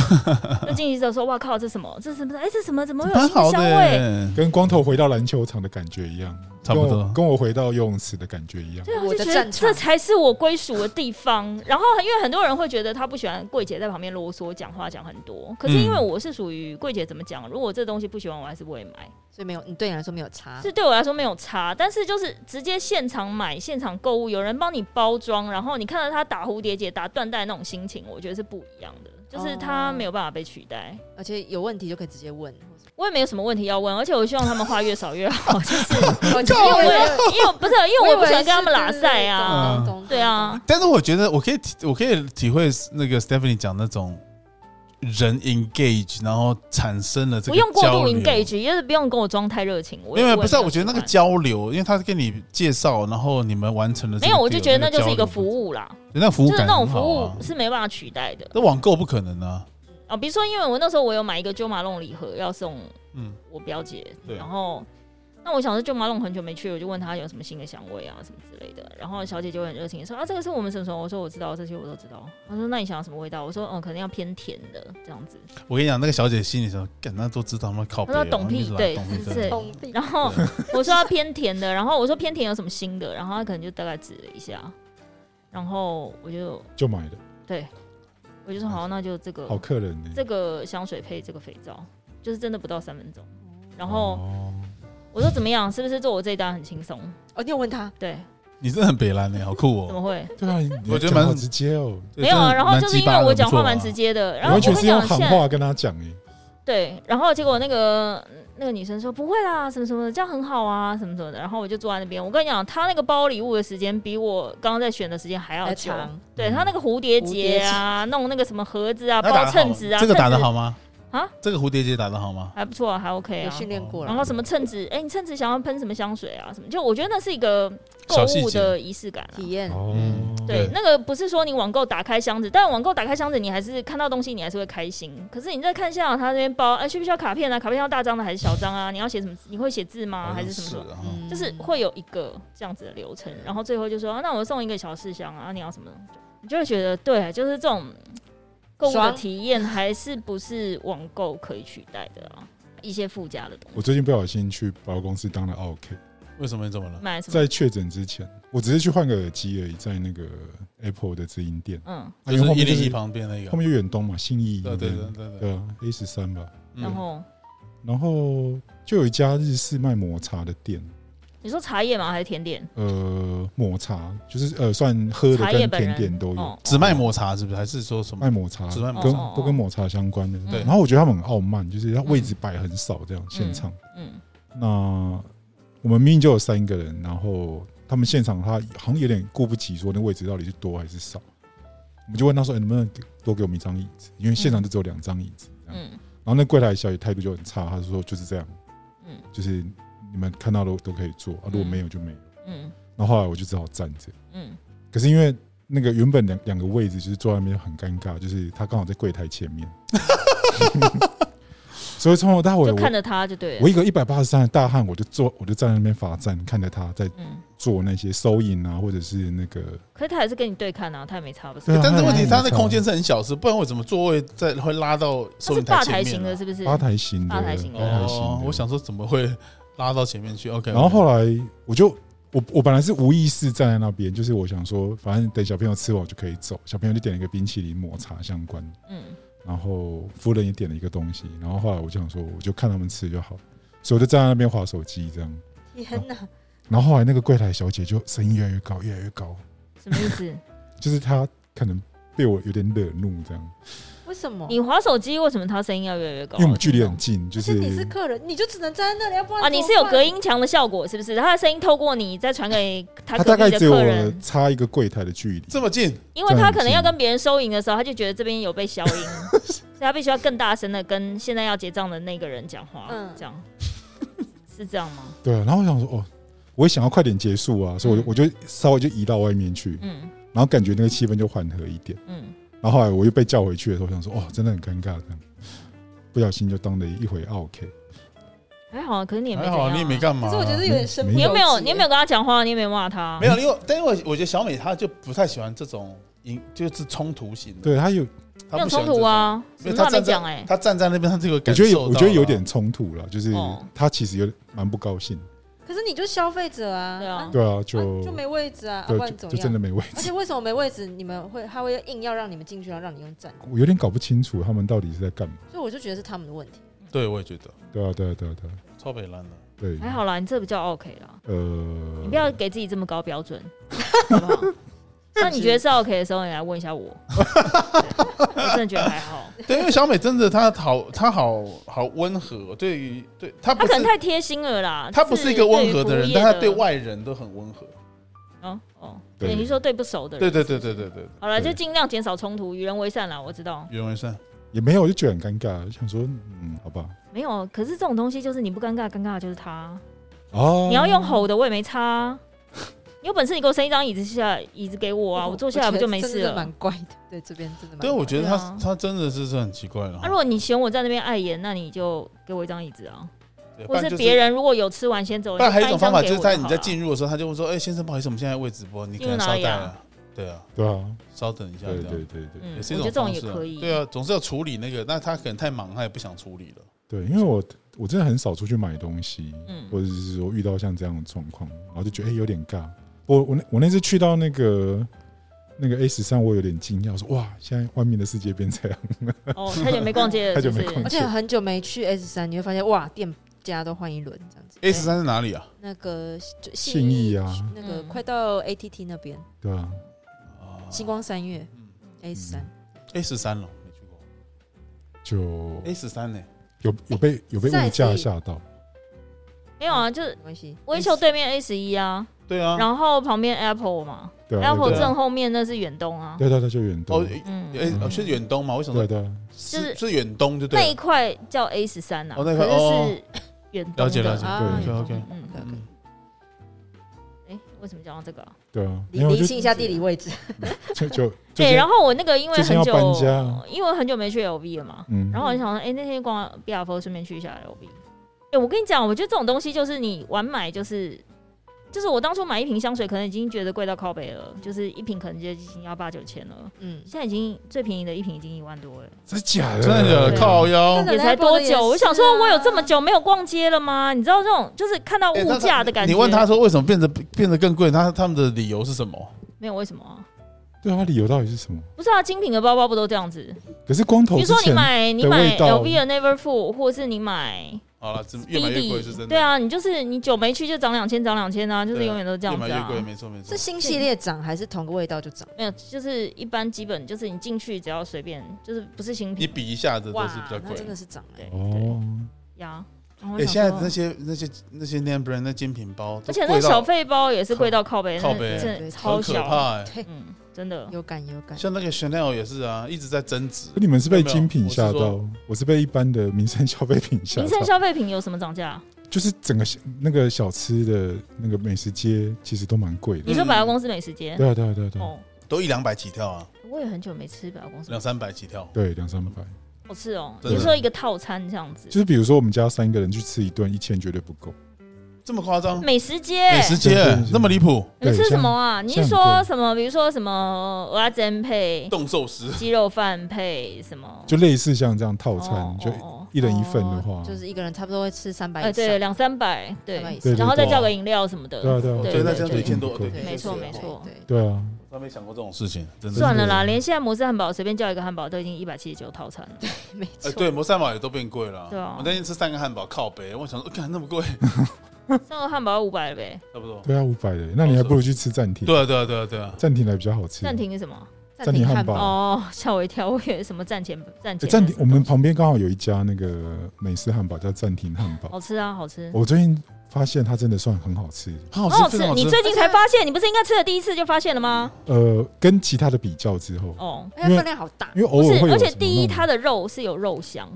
就进去之后说哇靠，这什么？这什么？哎、这什么？怎么会有
蛮
新的
好
香
的
味？
耶，
跟光头回到篮球场的感觉一样，
差不
跟我
多。
跟我回到游泳池的感觉一样。
对，啊我
我
就
的
觉得
战场
这才是我归属的地方。然后，因为很多人会觉得他不喜欢柜姐在旁边啰嗦，讲话讲很多。可是因为
嗯
我是属于柜姐怎么讲，如果这东西不喜欢，我还是不会买。
所以没有，你对你来说没有
嗯
差。
是对我来说没有差，但是就是直接现场买、现场购物，有人帮你包装，然后你看到他打蝴蝶结、打缎带那种心情，我觉得是不一样的，就是他
哦
没有办法被取代。
而且有问题就可以直接问。
我也没有什么问题要问，而且我希望他们话越少越 好，就是
哦你
因为我
以为
因为我不是因为我不喜欢跟他们拉塞啊，
啊
我以为是对对对懂懂懂懂
对啊，
但是我觉得我可以体，我可以体会那个 Stephanie 讲那种人 engage，然后产生了这
不
个
用过
交
度
流
engage，就是不用跟我装太热情。我
没有，不是啊，我觉得那
那
个交流，因为他跟你介绍，然后你们完成了这
没
个 deal，
有，我就觉得那就是一个服
务，
务啦，
对那服务
就是
感
那种
很
服
好啊
务。是没办法取代的
那网购不可能啊，
啊。比如说，因为我那时候我有买一个 Jo Malone 礼盒要送
嗯，
我表姐，
对
然后那我想说 Jo Malone 很久没去，我就问她有什么新的香味啊什么之类的，然后小姐就很热情地说啊这个是我们什么什么，我说我知道这些我都知道，她说那你想要什么味道？我说嗯可能要偏甜的这样子，
我跟你讲，那个小姐心里想，干那都知道，那靠
她
背
说
啊，
懂屁
那
对
懂屁
是
对
懂懂
然后 我说要偏甜的，然后我说偏甜有什么新的，然后他可能就大概指了一下，然后我就
就买了，
我就说
嗯
好，那就这个
好客人呢。
这个香水配这个肥皂，就是真的不到三分钟。然后
哦，
我说怎么样，是不是做我这一单很轻松？
哦，你有问他？
对，
你真的很北蓝呢，好酷
怎
哦。
么会？
对啊，你
我觉得
讲好
蛮
直接哦，
对
没有
真
啊，
的
然后
呃蛮
就是因
鸡巴
为
的
我讲话蛮
不错
直
啊
接的，然后
完
我
全
跟
是
你
用
讲
喊
现
话
在
跟他讲诶。
对，然后结果那个那个女生说不会啦，什么什么的，这样很好啊，什么什么的，然后我就坐在那边，我跟你讲，她那个包礼物的时间比我刚刚在选的时间还要
来
久。
尝
对他那个蝴蝶结啊，弄那个什么盒子啊，
那打
包
得好
衬纸啊，
这个打
衬
得
纸
好吗？
啊，
这个蝴蝶结打的好吗？
还不错啊，还 OK
有
啊。
训练过
然
了。
后什么称职，哎、你称职想要喷什么香水啊？什么？就我觉得那是一个购
小细
物
节
的仪式感、啊。
体验
哦
嗯，
对
对，
那个不是说你网购打开箱子，但网购打开箱子，你还是看到东西，你还是会开心。可是你再看现场他那边包，哎、需不需要卡片啊？卡片要大张的还是小张啊？你要写什么？你会写字啊
哦
吗？还是什么什么？
么
嗯
就是会有一个这样子的流程，然后最后就说，啊、那我送一个小试香啊，你要什么？你就会觉得，对，就是这种购物的
爽
体验还是不是网购可以取代的啊？一些附加的东
我最近不小心去保公司当了 OK，
为什么你怎么
西，
了？
买什么？
在确诊之前，我只是去换个耳机而已，在那个 Apple 的直营店，
嗯，
啊
就
因为后
是一
面就
零
是
一旁边那
后
个，
面有远东嘛，信义
对
那
啊对
边
对对对，
对啊，A 十三吧，
嗯
然后
然后就有一家日式卖抹茶的店，
你说茶叶吗？还是甜点？
呃，抹茶就是呃算喝的
茶叶
跟
本人
甜点都有
哦，，
只卖抹茶是不是？还是说什么
卖？抹茶
只卖抹
跟
茶
都跟抹茶相关的。
对
然后我觉得他们很傲慢，就是他位置摆很少这样现场。
嗯
那我们明明就有三个人，然后他们现场他好像有点顾不及说那位置到底是多还是少，我们就问他说：“哎，能不能给多给我们一张椅子？因为现场就只有两张椅子。”这样。
嗯
然后那柜台小姐态度就很差，她说：“就是这样，
嗯
就是你们看到的都可以做，啊，如果没有就没有。
嗯”
然后后来我就只好站着。
嗯
可是因为那个原本两两个位置就是坐在那边很尴尬，就是他刚好在柜台前面， 所以从头到尾
就看
我
着他就对了
我。一个一百八十三的大汉，我就坐我就站在那边罚站，看着他在
嗯，
做那些收银啊，或者是那个
可是他还是跟你对看啊，他也没差不是
对？啊
但是问题，
他
它的空间是很小，是不然我怎么座位在会拉到
他
收
是
银台
吧
前
台型
面
的，
啊？
是不是？
吧台型的
吧台型的
吧台型
哦
的，
我想说怎么会拉到前面去？OK，
然后后来我就我我本来是无意识站在那边，就是我想说，反正等小朋友吃完我就可以走。小朋友就点了一个冰淇淋抹茶相关，
嗯
然后夫人也点了一个东西，然后后来我就想说，我就看他们吃就好，所以我就站在那边划手机这样。
天哪，
然后后来那个柜台小姐就声音越来越高，越来越高，
什么 意思？
就是她可能被我有点惹怒这样，
为什么？
你划手机为什么他声音要越来越高
因
啊？
为我们距离很近，就
而且
是
你是客人，你就只能站在那里，要不然
啊，你是有隔
音。
音墙的效果是不是？他的声音透过你再传给他
她
隔
大概
壁的
只有
客人，
差一个柜台的距离。
这么近，
因为他可能要跟别人收银的时候，他就觉得这边有被消音， 所以他必须要更大声的跟现在要结账的那个人讲话，
嗯
这样 是这样吗？
对，然后我想说，哦，我也想要快点结束啊，所以我就我就稍微就移到外面去，
嗯
然后感觉那个气氛就缓和一点。
嗯
然后后来我又被叫回去的时候，我想说，哦，真的很尴尬，这样不小心就当了一回 OK。
还好啊，可是你也没
还
怎
好
样
啊
啊
你也没干嘛
可
啊。
是我觉得有点身不
没
你有没有
由己
你有没有跟他讲话？你有没有骂他？啊
没有，因为但因为我觉得小美她就不太喜欢这种引，就是冲突型的，
对他有，
她不
没有
喜欢
冲
这种
突。啊，什
因为
么都
她
还没
站
讲哎
在，她站在那边，她这个
我
感
觉
受
得有
到了，啊
我觉得有点冲突了，就是
哦
他其实有点蛮不高兴。
可是你就消费者啊，
对啊
啊
对啊，
就
就
就没位置啊，啊
对
不然
就
怎
就
么
真
样
的？没位
而
置。
且为什么没位置？你们会他会硬要让你们进去，然后让你用站，
我有点搞不清楚他们到底是在干嘛。
所以我就觉得是他们的问题。
对我也觉得
对啊，对啊，对啊，对啊，
超北蓝的。
对。啊
还好啦，你这比较 OK 啦，
呃，
嗯
你不要给自己这么高标准， 好不好？ 那你觉得是 OK 的时候，你来问一下我， 对我真的觉得还好。
对，因为小美真的她好，她好好温和，对于对她
他
不
可能
是
太贴心了啦。
她不是一个温和的人，但她对
外
外人都很温和。
哦哦，
对
对，你是说对不熟的人？
对对对对对对，
好了，
对
就尽量减少冲突，与人为善啦。我知道
袁文善，
也没有，我就觉得很尴尬，想说，嗯，好吧。
没有，可是这种东西就是你不尴尬，尴尬的就是他。
哦，
你要用吼的，我也没差啊。你有本事你给我伸一张椅子下，椅子给我啊，我坐下来不就没
我觉
事
得真的
了
蛮？怪的，对这边真的蛮怪
对，
的。
我觉得
对啊
她她真的是是很奇怪了
啊，。如果你嫌我在那边碍眼，那你就给我一张椅子啊，
对不
或
然
是
就是
别人如果有吃完先走，
不然还有一
你
种
就
方法，
搬一
就
张
是
给
在
我好
你
了
在进入的时候，他就会说：“哎，先生，不好意思，我们现在位置不，你可能
进入
稍
哪
待
里啊
了。”对啊，
对啊，
稍等一下，
对
这
对
样
对对
嗯，
也
我
是
觉
一种
得这种
方
也
式啊。
可以。
对啊，总是要处理那个，那他可能太忙，他也不想处理了。
对，因为我我真的很少出去买东西，
嗯
或者是说遇到像这样的状况，然后就觉得哎、诶有点尬。我我那我那次去到那个那个 A 十三，我有点惊讶，我说哇，现在外面的世界变这样，
哦，太久没 逛街了，
太
是
久
不
没
是？
逛
而且很久没去 S 三，你会发现哇，店家都换一轮这样子。
A 十三是哪里啊？
那个就
信义，啊，
那个
嗯
快到 ATT 那边，
对啊，嗯
星光三月 A 三，
A 十三了，没去过。
就
A 十三呢？
有有被有被
再
物价
次
吓到，
没有啊，就是
没关系。
微秀对面 A 十一啊，
对啊，
然后旁边 Apple 嘛
对啊
，Apple
对啊
正后面那是远东啊，
对对对，就远
哦
东，，
嗯，
哎，哦是远东嘛？我想
对啊
说
对，
就是
是是远东就
那
对了，
一块叫 A 十三啊，
哦
可
那块
是是远东的
了解了解
啊
对
，OK OK，
嗯，
对
嗯，
哎，为什么讲到这个啊？
对啊，没
厘
有
厘
就
清一下地理 位置，
就就就
对，
是
然后我那个因为
最近
很
要
久
搬家，
因为很久没去 LV 了嘛，
嗯，
然后我就想说，哎，那天逛 BFO 顺便去一下 LV。哎，我跟你讲，我觉得这种东西就是你晚买就是。就是我当初买一瓶香水，可能已经觉得贵到靠北了，就是一瓶可能就已经要八九千了，
嗯，
现在已经最便宜的一瓶已经一万多了。
真的假的？
真的
对
有靠腰
真，的
也才多
啊
久？我想说，我有这
Apple 的
么
也是啊
久没有逛街了吗？你知道这种就是看到
哎那
物
他
价的感觉。
你问他说为什么变得变得更贵？他他们的理由是什么？
没有为什么、啊？
对啊，理由到底是什么？
不是啊，精品的包包不都这样子？
可是光头
比
之
如说你
前，
买你
的
买
味道
LV 的 Neverfull，或是你买
好了，这越买越贵是
BD，
真的，
对，啊，你就是你久没去就涨两千涨两千啊，就是
对啊
永远都这
越
样
买
子
越
啊。
贵，没错没错
是。新系列涨还是同个味道就涨？
没有，就是一般基本就是你进去只要随便，就是不是新
你
品
比一下子都是比较
哇
那
贵
真。的是涨哎
对，
哦，
呀。然后我
哎，
想
现在
说
那些那些那些 name brand 那精品包都
而
贵
且
到，
那小费包也是贵到靠背，
靠
那
背
真的
对
超
很可
小，
怕哎。
嗯，真的。
有感有感。
像那个 Chanel 也是啊，一直在增值。
你们是被
没有
精品
我是
吓
说
到，我是被一般的民生消费品吓
民
到
生。消费品有什么涨价啊？
就是整个小那个小吃的那个美食街，其实都蛮贵的。
你
嗯
说百货公司美食街？
对啊，对啊，对啊，对啊，
嗯哦，
都一两百起跳啊，
我也很久没吃百货公司
两，三百起跳。
对，两三百。
好吃哦。
真
你
的
说一个套餐这样子
就，是比如说我们家三个人去吃一顿，一千绝对不够。
这么夸张？
美食街，
美食街欸
对对对
那么离谱？
你
对
吃什
像
么啊？你是
像很
说
贵
什么？比如说什么蚵仔煎配
冻寿司，
鸡肉饭配什么？
就类似像这样套
哦
餐，就
哦
一人一份的话，
就是一个人差不多会吃三
哦
百
呃
以上，
对，两三百，对
300以，上
对
然后再
对
叫个饮料什么
对啊，
的。
对啊，
对
对，那
对
这样
对
子一千多，
对啊
对，
没错
对
没错
对，对
对啊，
我从来没想过这种事情，真的。
算了啦，连现在摩斯汉堡随便叫一个汉堡都已经一百七十九 套餐了。
没
呃，
错，
对，摩赛堡也都变贵了。
对啊
我那天吃三个汉堡，靠北，我想说，看那么贵，
上个汉堡要五百了呗？
差不多。
对啊，五百的，那你还不如去吃暂停，
对啊，对啊，对啊，对啊。
暂停来比较好吃。
暂停是什么？
暂停汉堡
哦，吓我一跳，我以为什么站前
诶
站前
啊哎暂停，
那
我
种
们旁边刚好有一家那个美式汉堡叫暂停汉堡，
好吃啊，好吃。
我最近发现它真的算很好吃，
很
很
好
好
吃，
吃
非常，好
哦你
吃。
最近才发现，你不是应该吃了第一次就发现了吗？
呃，跟其他的比较之后，
哦，
因为分量好大，
因为
不
偶
是
尔会，有
而且
什么
第一，
那种
它的肉是有肉香，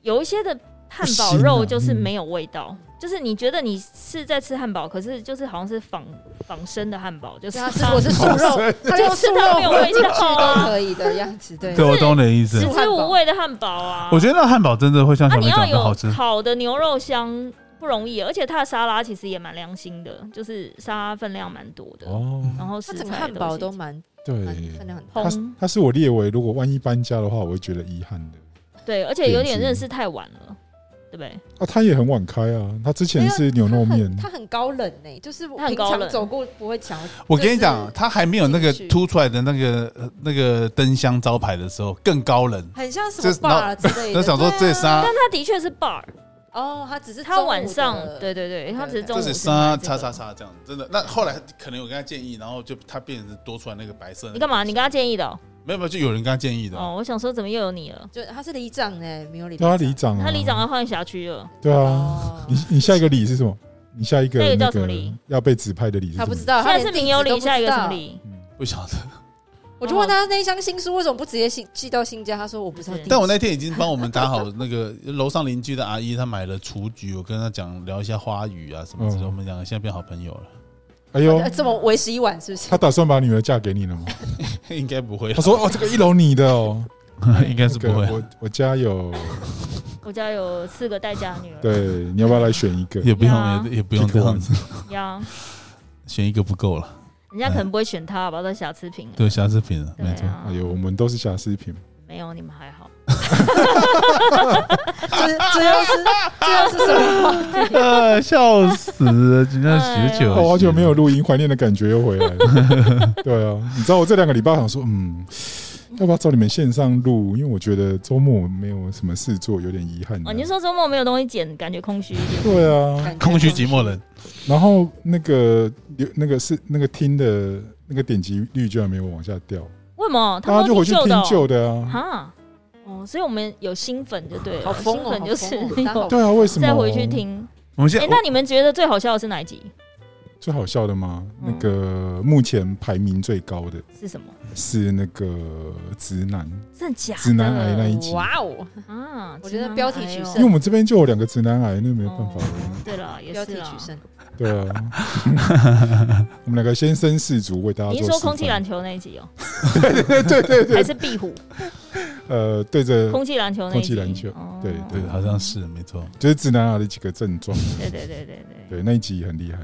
有一些的汉堡
不行啊
肉就是
嗯
没有味道，就是你觉得你是在吃汉堡，可是就是好像是仿仿生的汉堡，就是
对啊，是我是素肉，它
就
用
吃
素
到
肉
没有
混
味
进去
道
都
啊，
可以的样子，对，
对，我懂你的意思
食。
是
之无味的汉堡啊。
我觉得那汉堡真的会像
啊，
小
你
梅
要
讲的好
有
吃，
烤的牛肉香不容易，而且它的沙拉其实也蛮良心的，就是沙拉分量蛮多的，哦
哦，
然后
它
食
整
材
个汉堡都
是
蛮蛮
对，
分量很大，
它
烘
它是我列为如果万一搬家的话，我会觉得遗憾的。
对，而且有
点
点
心
认识太晚了，对不对？
啊，它也很晚开啊，它之前是牛肉面，
它很高冷哎，就是我
它很
平
高冷
常走过不会想要，
我跟你讲，它还没有那个
进去
凸出来的那个呃那个灯箱招牌的时候更高冷。
很像什
这
么
是
爸之类的，
那想说
对
这
啊
啥
但？它的确是 bar，
哦，它只是
它
中午
晚上
的
对对对，它只是中午
这
是
是
卖
啥？
这
叉
个
叉。叉这样，真的。那后来可能有跟他建议，然后就他变成多出来那个白色的。
你干嘛？你跟他建议的哦？
没有没有，就有人跟他建议的啊。
哦，我想说怎么又有你了？
就它是里长哎，没有里
对啊，里长啊，
他里长要换辖区了，
对啊，
哦
你你下一个里是什么？你下一个
那个叫
那
什么
个
里
要被指派的里是
他
什
不
么？
知道，
现在
啊他
是
连
明有
地址都不
里，下
知
一个什么
道？
里？
嗯
不晓得。
我就问他那一箱新书为什么不直接寄寄到新家，他说我不知道地址。
但我那天已经帮我们打好那个楼上邻居的阿姨，她买了雏菊，我跟她讲聊一下花语啊什么之类，
嗯
我们两个现在变好朋友了。
哎 呦
呃，这么为时已晚，是不 是
他？打算把女儿嫁给你了 吗？
应该不会
他，说哦，这个一楼你的哦，
应该是
这
不
个
会，
我我家有，
我家有四个待嫁女儿。
对，你要不要来选一个？
也不
呀
用也也不用
啊
这样子，
呀，
选一个不够了，
人家可能不会选他，把他瑕疵品。
对，瑕疵品了，
对
没错。
啊
哎，呦，我们都是瑕疵品，
没有你们还好。
这这又是这又是什么话？
呃， 笑死了，今天许久，
哎
哦，好久
哎
没有录音，怀念的感觉又回来了。 对啊，你知道我这两个礼拜想说，嗯，要不要找你们线上录？因为我觉得周末没有什么事做，有点遗憾。
哦，你是说周末没有东西剪，感觉空虚一点。
对啊，
感觉
空虚寂寞
哎
冷，
然后那个有那个是那个听的那个点击率居然没有往下掉，
为什么？他
大
们
家
都
就回去
旧的
听
哦
旧的啊。
哈。哦，所以我们有新粉就对了，
好疯哦
新粉就是
好疯哦
有
对啊，为什么？哦
再回去。听。
我们现在
哎、那你们觉得最好笑的是哪一集？
最好笑的吗？那
嗯
个目前排名最高的
是什么？
是那个直男，
真的假的？
直男癌那一集
哇哦，
啊，
我觉得
直男癌
标题取
哦
因为我们这边就有两个直男癌，那没办法了。
哦对了，也
标
是
题
啦
取。胜，
对 啊，我们两个先生士卒为大家做
您
示
说
范。
空气篮球那一集哦？对对对还是壁虎
呃，哦对着
空气篮球那一
空气
集？
篮球
哦
对
对，好像是没错。
就是直男癌的几个症状，
对对对对对。
对那一集也很厉害。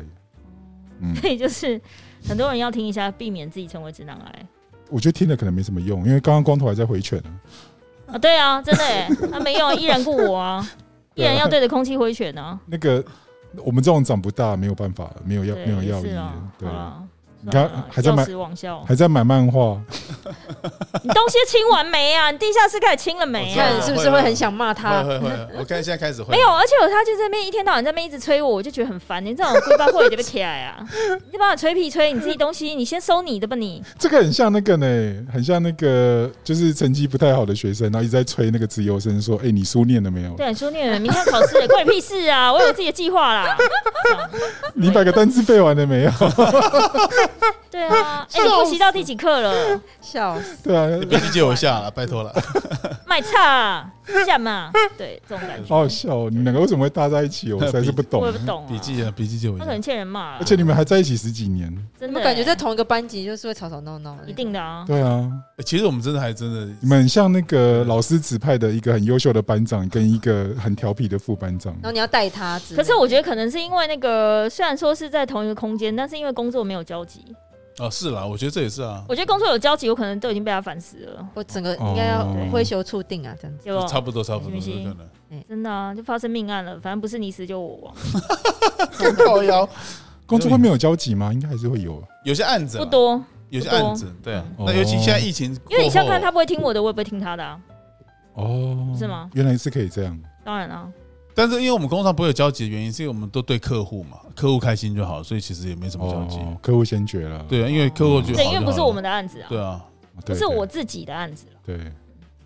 嗯，
所以就是很多人要听一下，避免自己成为直男癌
我觉得听了可能没什么用，因为刚刚光头还在回拳啊。
啊！对啊，真的哎， 他没用，依然故我啊，依
对啊
然要对着空气挥拳啊。
那个我们这种长不大，没有办法，没有药，
对
没有药
也
医
是
的
啊，，
对
好
啊，
啦
你看
算了
还在买
笑死往笑，
还在买漫画，
你东西清完没啊？你地下室开始清了没
我
啊
知道
看？是不是会很想 骂
会
他？
会会，我看现在开始会
没有，而且我他就在那边一天到晚在那边一直催我，我就觉得很烦。你这种龟巴会就被起来啊！ 你就帮我吹屁吹，你自己东西你先收你的吧你。
这个很像那个呢，很像那个就是成绩不太好的学生，然后一直在催那个自由生说：“哎、你书念了没有？
对，说念了，明天考试了，关你屁事啊！我有自己的计划啦。这样
你把个单词背完了 没有
对啊，哎、你复习到第几课了？
笑死！？”
对啊
你，必须借我一下了，拜托
哎
了。
卖差啊下嘛？对，这种感觉
好好笑、哦，你们两个为什么会搭在一起？我实在是不懂
我也。不懂、啊。
笔记啊，笔记借我一
他可
下
能。欠人骂了
而且，你们还在一起十几年，
真
你
的、
们感觉在同一个班级就是会吵吵闹闹的那种，
一定的啊。
对啊，
欸其实我们真的还真的
你们很像那个老师指派的一个很优秀的班长跟一个很调皮的副班长
然。
嗯
后你要带他之类
可
的。
是我觉得可能是因为那个，虽然说是在同一个空间，但是因为工作没有交集。
哦，是啦，我觉得这也是啊，
我觉得工作有交集，我可能都已经被他烦死了。
我整个应该要
哦
挥袖触定啊，这样子。
结果
差不多差不多，
行不
有
行
可能。
真的啊，就发生命案了，反正不是你死就我亡，
靠腰，
工作方面有交集吗？应该还是会有。啊
有些案子
不
啦
多。
有些案子，对啊，
哦
那尤其现在疫情过后，
因为你像看他不会听我的，我也不会听他的啊。
哦，
是吗？
原来是可以这样。
当然啊，
但是因为我们工作上不会有交集的原因，是因为我们都对客户嘛，客户开心就好，所以其实也没什么交集。
哦，客户先决了。哦
对啊，因为客户就好
对，因为不是我们
的，
的案子啊，
对啊，
对，
不是我自己的案子了。
对。对，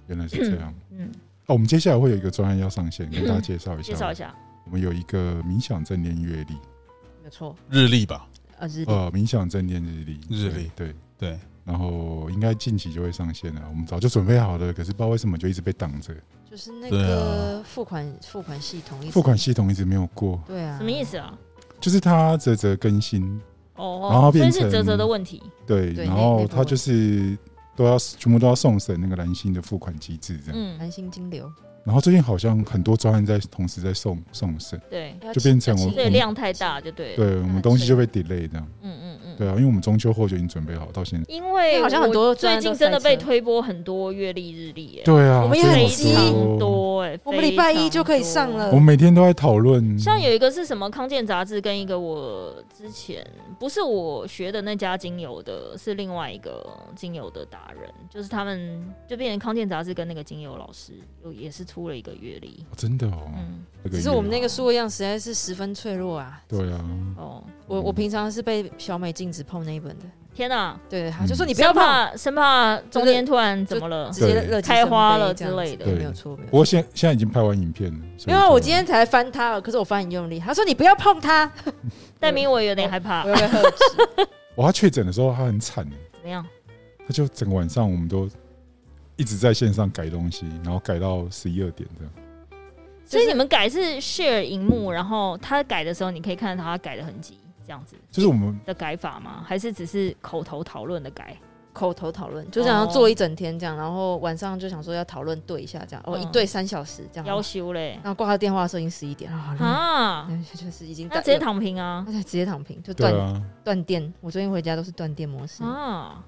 原来是这样。
嗯，
哦，我们接下来会有一个专案要上线，跟大家介绍一下。
介绍一。下，
我们有一个冥想正念阅历，
没有错，
日历吧，
呃，日历
呃，冥想正念日历，
日历
对。对
对，
然后应该近期就会上线了，我们早就准备好了，可是不知道为什么就一直被挡着，
就是那
对
个
啊
付款付款系统，
付款系统一直没有过，
对啊，
什么意？思啊？
就是它啧啧更新，然
哦
后，
所
变
以
成
是泽泽的问题。
对，
对
然
那
后
那个
它就是都要全部都要送审那个蓝星的付款机制这样，
嗯，
蓝心金流
然后最近好像很多专案在同时在送送审，
对，
就变成我
要
们
请
所以量太大就对了。
对我们东西就被 delay 这样，
嗯嗯嗯。
对啊，因为我们中秋后就已经准备好到现在，
因为
好像很多
我最近真的
专案都塞
被
车
推播很多月历日历耶，
对啊，
我们也
真的
很
非
有
急
常
多
多哎，
我们礼拜一就可以
非常
上了
我们每天都在讨论，
像有一个是什么康健杂志，跟一个我之前不是我学的那家精油的，是另外一个精油的达人，就是他们就变成康健杂志跟那个精油老师有也是出了一个阅历，
哦真的哦，
嗯，
这个月啊
只是我们那个数位样实在是十分脆弱啊。
对啊，
哦，
我我平常是被小美禁止碰那一本的，
天哪、
对，
嗯
她就说你不要
生
碰，
怕生怕中间突然怎么了，
直接热气
开花了
生悲
之类的
对
这样子没有错，没有
不
错。
过现现在已经拍完影片了，所以
没有啊，
就
我今天才翻它了，可是我翻很用力。她说你不要碰它，
戴明我有点害怕
我，有被呵斥。
我他确诊的时候他很惨耶，
怎么样？
他就整个晚上我们都一直在线上改东西，然后改到十一二点这样。
所以你们改是 share 荧幕，然后他改的时候你可以看到他改的痕迹，这样子
就是我们
的改法吗？还是只是口头讨论的改？
口头讨论，就想要
哦
做一整天这样，然后晚上就想说要讨论对一下这样，哦，
嗯
一对三小时这样。
要修嘞
然后挂掉电话的时候已经十一点了，好累
啊！
嗯就是已经
那直接，躺平啊
那就直接躺平就
对
断
啊，
断、电。我昨天回家都是断电模
嗯
式，
啊！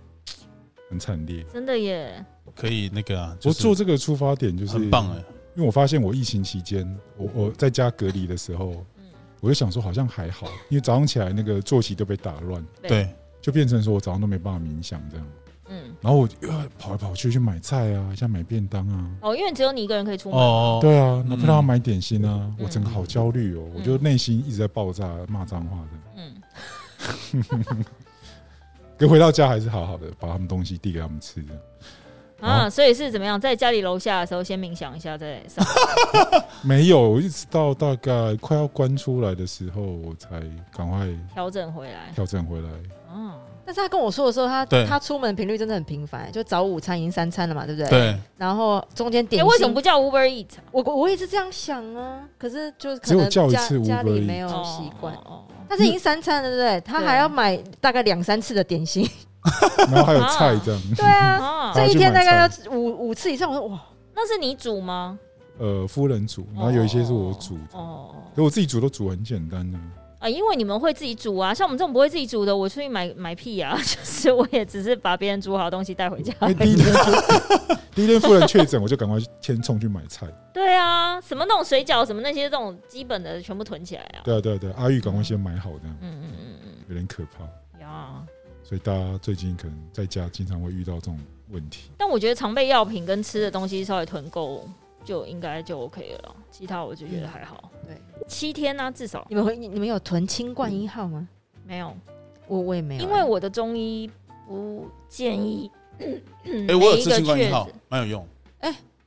很惨烈。
真的耶，
可以那个啊，
我
就是
做这个出发点就是
很棒哎，
因为我发现我疫情期间，我我在家隔离的时候，
嗯，
我就想说好像还好，因为早上起来那个作息都被打乱，
对
对，
就变成说我早上都没办法冥想这样。
嗯，
然后我就呃跑来跑去去买菜啊，像买便当啊，
哦，因为只有你一个人可以出门，
哦，
对啊，那
嗯
不知道买点心啊，
嗯
我整个好焦虑哦，我就内心一直在爆炸骂脏话的。
嗯，
可回到家还是好好的，把他们东西递给他们吃的。
啊，所以是怎么样，在家里楼下的时候先冥想一下再上。
没有，我一直到大概快要关出来的时候，我才赶快
调整回来。
调整回 来。
嗯，
但是他跟我说的时候，他
对
他出门频率真的很频繁，就早午餐已经三餐了嘛，对不对？。
对，
然后中间
哎、
点心
为什么不叫 Uber Eat？
我我我也是这样想啊，可是就是可
只有
能
叫一
家
次
家
Uber
里
Eats
没有习惯
哦。哦哦
但是已经三餐了，对不对？他
对
还要买大概两三次的点心。
然后还有菜这样，
对啊，
啊，
这
大家
一
去
天
买
大
菜
概要五五次以上。我说哇，
那是你煮吗？
呃，夫人煮，然后有一些是我煮的，
哦
可我自己煮都煮很简单的，
啊，因为你们会自己煮啊，像我们这种不会自己煮的，我出去买买屁啊， 就是我也只是把别人煮好的东西带回家。
因为第一天就第一天夫人 确诊，我就赶快先冲去买菜。
对啊，什么那种水饺，什么那些这种基本的全部囤起来啊。
对啊，对啊，对啊，阿玉赶快先买好这样，
嗯嗯嗯嗯
有点可怕。
嗯，呀。
所以大家最近可能在家经常会遇到这种问题。
但我觉得常备药品跟吃的东西稍微囤够，就应该就 OK 了。其他我就觉得还好。
嗯对，
七天呢、至少
你们会你你们有囤清冠一号吗？
没有，
我我也没有欸，
因为我的中医不建议。哎
哎，我有吃新冠一号，蛮有用。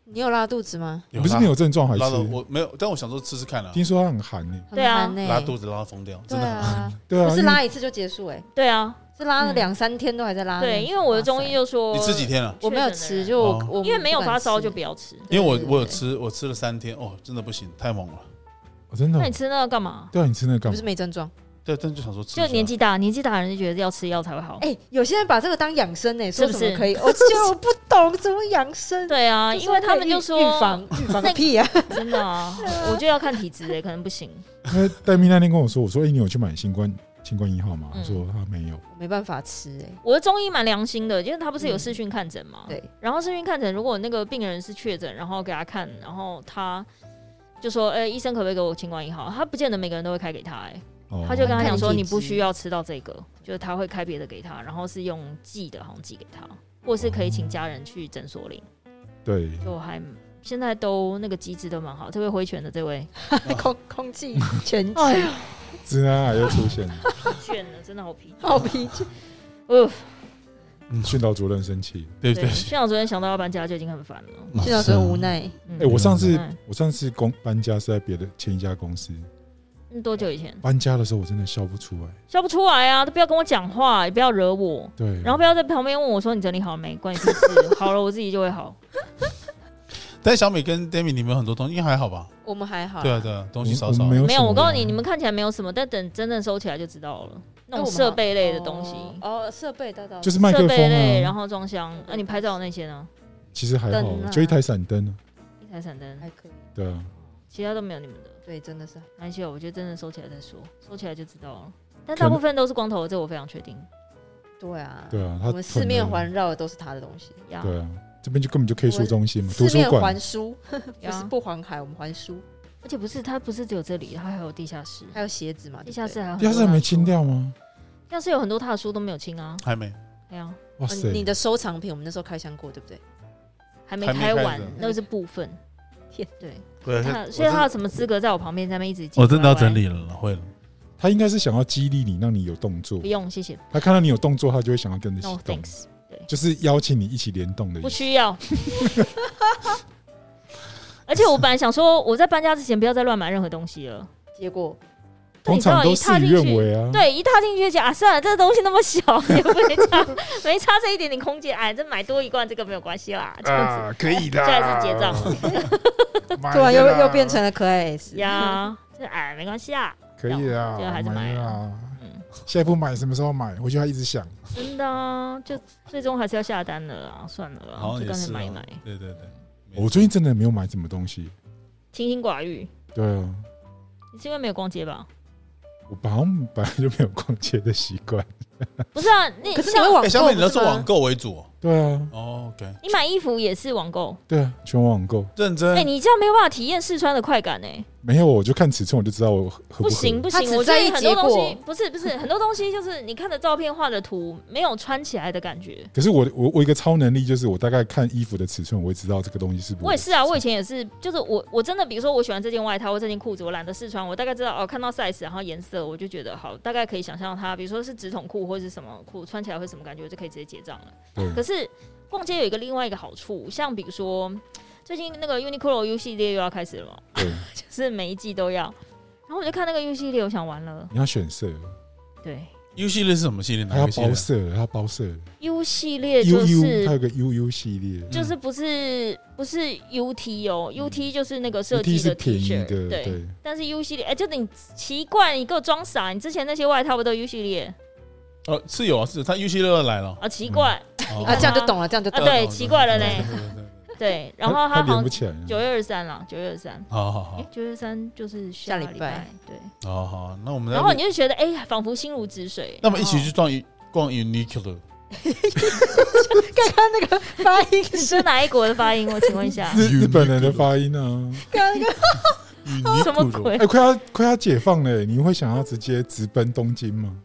你有拉肚子吗？
你不是没有症状还是
拉？到我没有，但我想说吃吃看啊，
听说它很寒呢。
很
对啊
烦欸
拉肚子拉到疯掉，
对
真的很。
啊，
对啊，
不是
因为
拉一次就结束哎，
对啊，
是拉了
嗯
两三天都还在啊拉那种。
对，因为我的
哇
中
塞
医就说
你吃几天了？
我没有吃，就我
哦
我
因为没有发烧就
不
不要吃。
因为
对
我
对
我有
对
吃，我吃了三天，哦，真的不行，太猛了。
哦真的
那
哦
你，吃那个干嘛？
对啊，你吃那个
敢
干
吃不
嘛
是？没症状。
对，但就想说吃一下，
就年纪大，年纪大的人就觉得要吃药才会好。
哎，有些人把这个当养生呢，
是
说
不
什
是
么可以？我 就我不懂怎么养生。
对啊，
就
因为他们
可以
就
预
说
预 防预防个屁啊！
真的啊，我就要看体质哎，可能不行。
因为戴咪那天跟我说，我说：“哎，你有去买新冠新冠一号吗？”
嗯
他说他没有。
我没办法吃 哎，
我的中医蛮良心的，因为他不是有视讯看诊嘛、
对，
然后视讯看诊，如果那个病人是确诊，然后给他看，然后他就说：“哎、医生可不可以给我清冠一号？”他不见得每个人都会开给他、哎、
哦
他就跟他讲说：“
看
你
体质
不需要吃到这个，就是他会开别的给他，然后是用寄的，好像寄给他，或是可以请家人去诊所领。
对，
就还现在都那个机制都蛮好，特别挥拳的这位，
空空气全
哎
气
呀，
直男癌啊又出 现了，
倦了，真的好疲倦。
暴脾气，
呃，
训导主任生气。
对不
对，
对？ 啊
像我昨天想到要搬家就已经很烦了。
现在真无奈。
嗯
哎，我上次
嗯
我上次公搬家是在别的前一家公司
嗯多久以前？
搬家的时候，我真的笑不出来。
笑不出来啊！都不要跟我讲话，也不要惹我，
对，
然后不要在旁边问我说你整理好了没，关你屁事。 好了，我自己就会好。
但小美跟 Demi 你们有很多东西，应该还好吧？
我们还好啦，
对啊，对啊，东西
我
少
我
少
们。没有
没有，
什么
我告诉你，你们看起来没有什么，但等真正收起来就知道了。
那
那种
我们
设
好
备类的东西，
哦，哦设备大到
就是麦克
设备类，
风
然
啊，
后装箱。那、你拍照的那些呢？
其实还好
灯，啊
就一台闪灯啊。
一台闪灯，
还可以，
对啊，
其他都没有你们的。
对，真的是
而且啊我觉得真的收起来再说，收起来就知道了。但
可
大
能
部分都是光头的，这我非常确定
对啊，
对啊，他
我们四面
囤了
环绕的都是他的东西，
呀。
对啊，这边就根本就可以书中心嘛，
四
图书
面
馆
环书，不是
呀
不环海，我们环书，
而且不是它不是只有这里，它还有地下室。
还有鞋子嘛，
地下室
对
还有
地下室还啊没清掉吗？
地下室有很多他的书都没有清啊。
还没，
对啊，
哇
不对
塞
呃，你的收藏品，我们那时候开箱过，对不对？
还没
还没
开
开
完
的，
那是部分。
天
对，
对
他嗯所以他有什么资格在我旁边在那边一直？
我真的要整，理了，会了。
他应该是想要激励你，让你有动作
不。用谢谢
他看到你有动作，他就会想要跟着
，No
行动，
thanks，
就是邀请你一起联动的
不
意思。
需要。 而且我本来想说，我在搬家之前不要再乱买任何东西了。
结果
但
通
你知道
常都
一
事
踏
与
进
愿
去，
违
嗯
啊。
对，一踏进去就讲啊，算了，这个东西那么小，也不能差，没差这一点点空间，哎，这买多一罐这个没有关系啦，这样子。
啊，可以的
这还是结账
突啊
啊
然又又变成了可爱 S，
呀，这哎没关系啊，
可以的，
就还是买了
啊。
嗯，
下一步买什么时候买？我就还一直想。
真的啊，就最终还是要下单了啊，算了啦，
好像
就
也
干
是
脆
啊
买一嗯买，
对对对，
我最近真的没有买什么东西。
清心寡欲。
对啊，
你是因为没有逛街吧？
我好像本来就没有逛街的习惯。
不是啊，你
可是你
像
会网购，
哎，小美你都
不
是
哦是吗
网购为主
对啊，
哦，OK，
你买衣服也是网购，
对啊，全网购
认
哎、
真。
你这样没有办法体验试穿的快感哎、
没有，我就看尺寸我就知道我合合
不
合
行不
他
行，
只
我觉
在
得
意
很
结
多东西
果
不是不是 很多东西就是你看的照片画的图没有穿起来的感觉。
可是我我我有一个超能力就是我大概看衣服的尺寸，我会知道这个东西是不。
我也是啊，我以前也是，就是我我真的比如说我喜欢这件外套或这件裤子，我懒得试穿，我大概知道哦，看到 size 然后颜色，我就觉得好，大概可以想象它，比如说是直筒裤或是什么裤穿起来会什么感觉，我就可以直接结账了。
对
可是逛街有一个另外一个好处，像比如说最近那个 Uniqlo U 系列又要开始了嘛，
对，
就是每一季都要。然后我就看那个 U 系列，我想完了，
你要选色，
对
U 系列是什么系列？
还
哪
要
个系
包
列？
色，还要包色
，U 系列就
，U U，它有
嗯
是
个 U U 系列，
就是不是不是 UT 哦，UT 就是那个设
嗯 T
计
是
的
便
T
宜
恤，
的，
对。
对，
但是 U 系列，哎、就你奇怪，你给我装傻，你之前那些外套不都 U 系列？
哦，是有啊，是有它 U 系列又来了。
啊，奇怪，
哦
啊，这样就懂了，这样就
啊
懂了。
对奇怪了嘞。
懂懂懂懂懂
嗯
懂
对。然后
它它
它好
连
像
不哦起来啊，，
九月二三啦，九月二三，
好好好
哎，九月三就是
下礼
礼
拜
对。
好好，那我们来
然后你就觉得，哎、仿佛心如止水。
那么一起
然后
去逛一逛 Uniqlo，
刚刚那个发音
你
是
是哪一国的发音？我请问一下
日日本人的发音啊，
刚刚
什么鬼
哎，？快要快要解放了，欸你会想要直接直奔东京吗？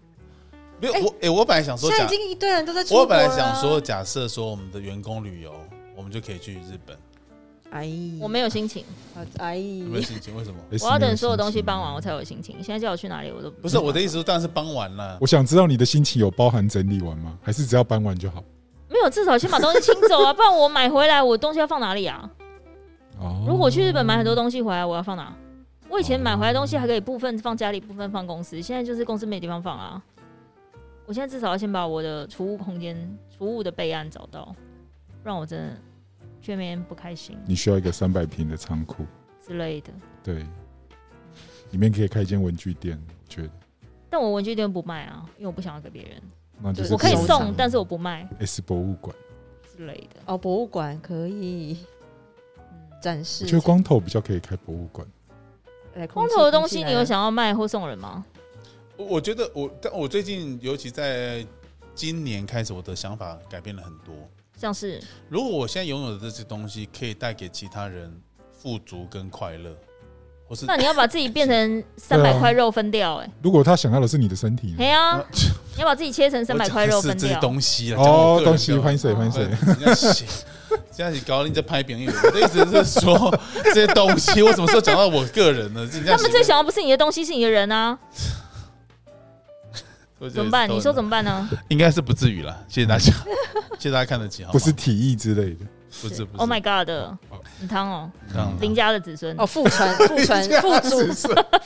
没有我哎，我本来想说
现在
假
已，经一堆人都在出国
我
了。啊
本来想说，假设说我们的员工旅游，我们就可以去日本。
哎，
我没有心情，
好，哎，
有没有心情？为什么？
哎
我要等所有东西
搬
搬完我才。有心情。现在叫我去哪里，我都不
不是我的意思，当然是傍晚了。
我想知道你的心情有包含整理完吗？还是只要搬完就好？
没有，至少先把东西清 走啊，不然我买回来，我东西要放哪里啊？
嗯
哦
如果去日本买很多东西回来，我要放哪？我以前买回来东西还可以部分放家里，部分放公司，现在就是公司没地方放啊。我现在至少要先把我的储物空间、储物的备案找到，不然我真的去那边不开心
你需要一个三百平的仓库，
之类的。
对，里面可以开一间文具店，我觉得
但我文具店不卖啊，因为我不想要给别人，
那就是
我可以
收
送
藏，
但是我不卖
S 博物馆，
之类的。
哦，博物馆可以展示
我觉得光头比较可以开博物馆。
来
光
空气
头的东西，
空气来
你有
了
想要卖或送人吗？
我我觉得我，但我最近尤其在今年开始，我的想法改变了很多。
像是
如果我现在拥有的这些东西可以带给其他人富足跟快乐，或是
那你要把自己变成三
啊
百块肉分掉、
嗯
欸，哎、
如果他想要的是你的身体呢，
哎呀、 你要把自己切成三百块肉
哎我讲
分
的是这
掉
些。东西啊，讲我
哦，
个人
东西
的
欢水欢水，
对 人家写这样子搞，你在拍别人。我的意思是说，这些东西我什么时候讲到我个人呢？人家
他们最想要不是你的东西，是你的人啊，怎么办？你说怎
么？
么办啊呢？
应该是不至于啦，谢谢大家， 谢谢大家看得起，好
不
吗
是体液之类的。
不是不是
Oh my God，很汤哦，
这样子
林家的子孙，
哦，父传父 传父族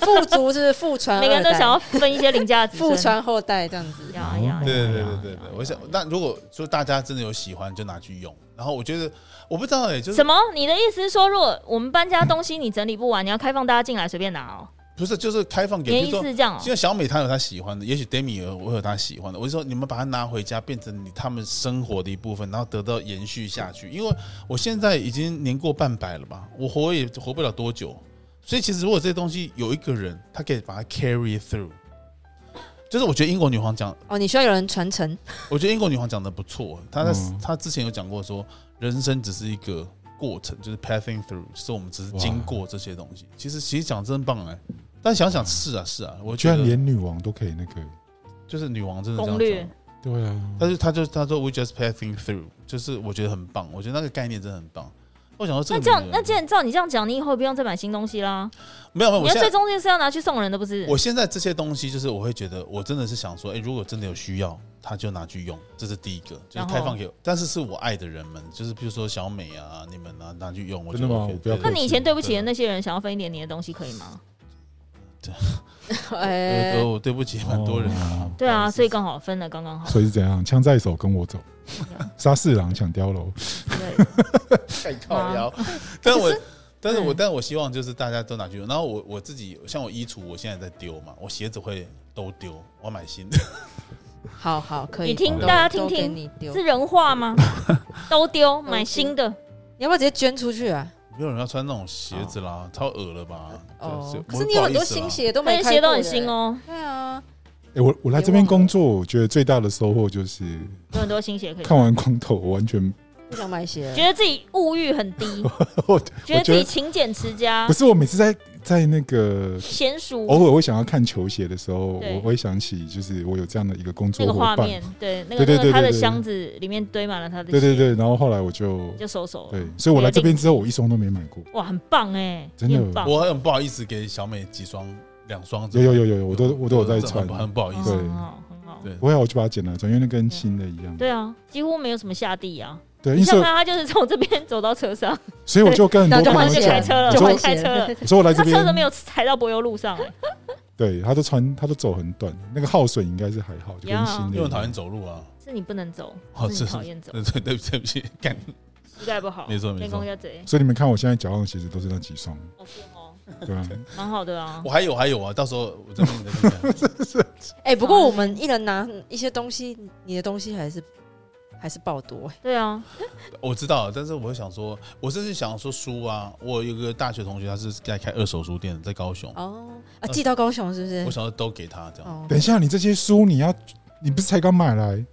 父族是父传，
每个人都想要分一些林家的子孙。
父传后代这样子。
呀哎呀，
对对对
呀
对对对，我想，那如果说大家真的有喜欢，就拿去用。然后我觉得，我不知道哎、就是
什么？你的意思是说，如果我们搬家东西你整理不完，你要开放大家进来随便拿哦？
不是就是开放给，
你的
比
意
如
思
说，
是这样哦？
像小美她有她喜欢的，也许 Demi 有我有她喜欢的。我就说，你们把它拿回家，变成你他们生活的一部分，然后得到延续下去。因为我现在已经年过半百了吧，我活也活不了多久，所以其实如果这些东西有一个人，他可以把它 carry through。就是我觉得英国女皇讲
哦，你需要有人传承，
我觉得英国女皇讲的不错，她在、
嗯
她之前有讲过说，人生只是一个过程，就是 passing through，是我们只是
哇
经过这些东西。其实其实讲真棒哎、但想想是啊是啊，我
我
觉
居然
得
连女王都可以那个，
就是女王真的这
攻
样
略
讲，
对啊，
但是她就她说 we just passing through，就是我觉得很棒，我觉得那个概念真的很棒。我想说这
那
个
这样
女，人
那既然照你这样讲，你以后不用再买新东西啦。
没有没有，我
你要
现
最
在
终就是要拿去送人的，不是？
我现在这些东西就是我会觉得我真的是想说，哎、如果真的有需要，她就拿去用，这是第一个，就是
然后
开放给，但是是我爱的人们，就是比如说小美啊，你们啊拿去用，我觉
真
得
的吗
OK，
我不要
对啊
那你以前对不起的那些人，想要分一点你的东西，可以吗？
哎
呃，，我对不起蛮多人 啊
哦。
对啊，所以刚好分了，刚刚好。
所以是怎样？枪在手，跟我 走，杀四郎抢碉楼。
对，
太靠腰。 但
可
我
是，
但是我，
嗯
但我希望就是大家都拿去用。然后我我自己，像我衣橱，我现在在丢嘛，我鞋子会都丢，我买新的。
好好可以。
你听
都
大家听
都给
听，
你丢，
是人 话吗？都丢，
丢
买新的。
你要不要直接捐出去啊？
没有人要穿那种鞋子
哦
啦，超恶了吧？对
哦，可
所以我
是你
不
有
好
很
意
多
思啦
新鞋都
那
没
些
开
鞋都
过
很
的
新。哦，
对啊，
哎，我我来这边工作，我觉得最大的收获就是
有很多新鞋可以
看完光头，我完全
不想买鞋
觉
了。
得自己物欲很低，
我
觉得自
我觉
己
得
勤俭持家
不，是我每次在在那个
娴熟
偶尔会想要看球鞋的时候，
对
我会想起就是我有这样的一个工
那
作
个
伙
画
伴
面，，对，那
对
个
对
那个
对
他的
对对
箱子里面堆满了他的
对对
鞋，
对，然后后来我就
就收手
对
了。，
所以我来这边之后，我一双都没买过，
哇，很棒哎，
真的
你很棒。
我很不好意思给小美几双，两双。
有有有有有，我都我都有在
这很
穿
不，很不好意
哦
思。
对
很好，很好。
对
不会啊，我就把它剪了穿，因为那跟新的一样。
对啊，几乎没有什么下地啊，
对，
你
因
想
此，
看他就是从这边走到车上，
所以我就跟很
然
多
后
就
朋友
就
换就
鞋
开
讲，
车了，
就
就
换
换
开
鞋
车了
了。
我说我来这
他车子没
边，
有踩到柏油路上、欸，
对，他都穿，他都走很短，那个耗损应该是还好，就跟
呀
新
因
的
为我
一
讨厌
样。
走路啊。
是你不能走，
哦
是
这
你
是
讨厌走，
对对对不起对不起，干
膝盖不好，
没错没错
练功要贼，
所以你们看我现在脚上的鞋子都是那几双，
哦是哦，
对 吧？
蛮好的啊
我。还有还有啊，到时候我再跟你再跟你讲
哎、不
哦
过我们一人拿一些东西，你的东西还是还是爆多、哎
对啊，
我知道，但是我想说，我甚至想说书啊，我有一个大学同学，他是在开二手书店，在高雄，
哦啊，寄到高雄是不
呃
我
是？
想要都给他这样。
哦，
等一下，你这些书你要，你不是才刚买来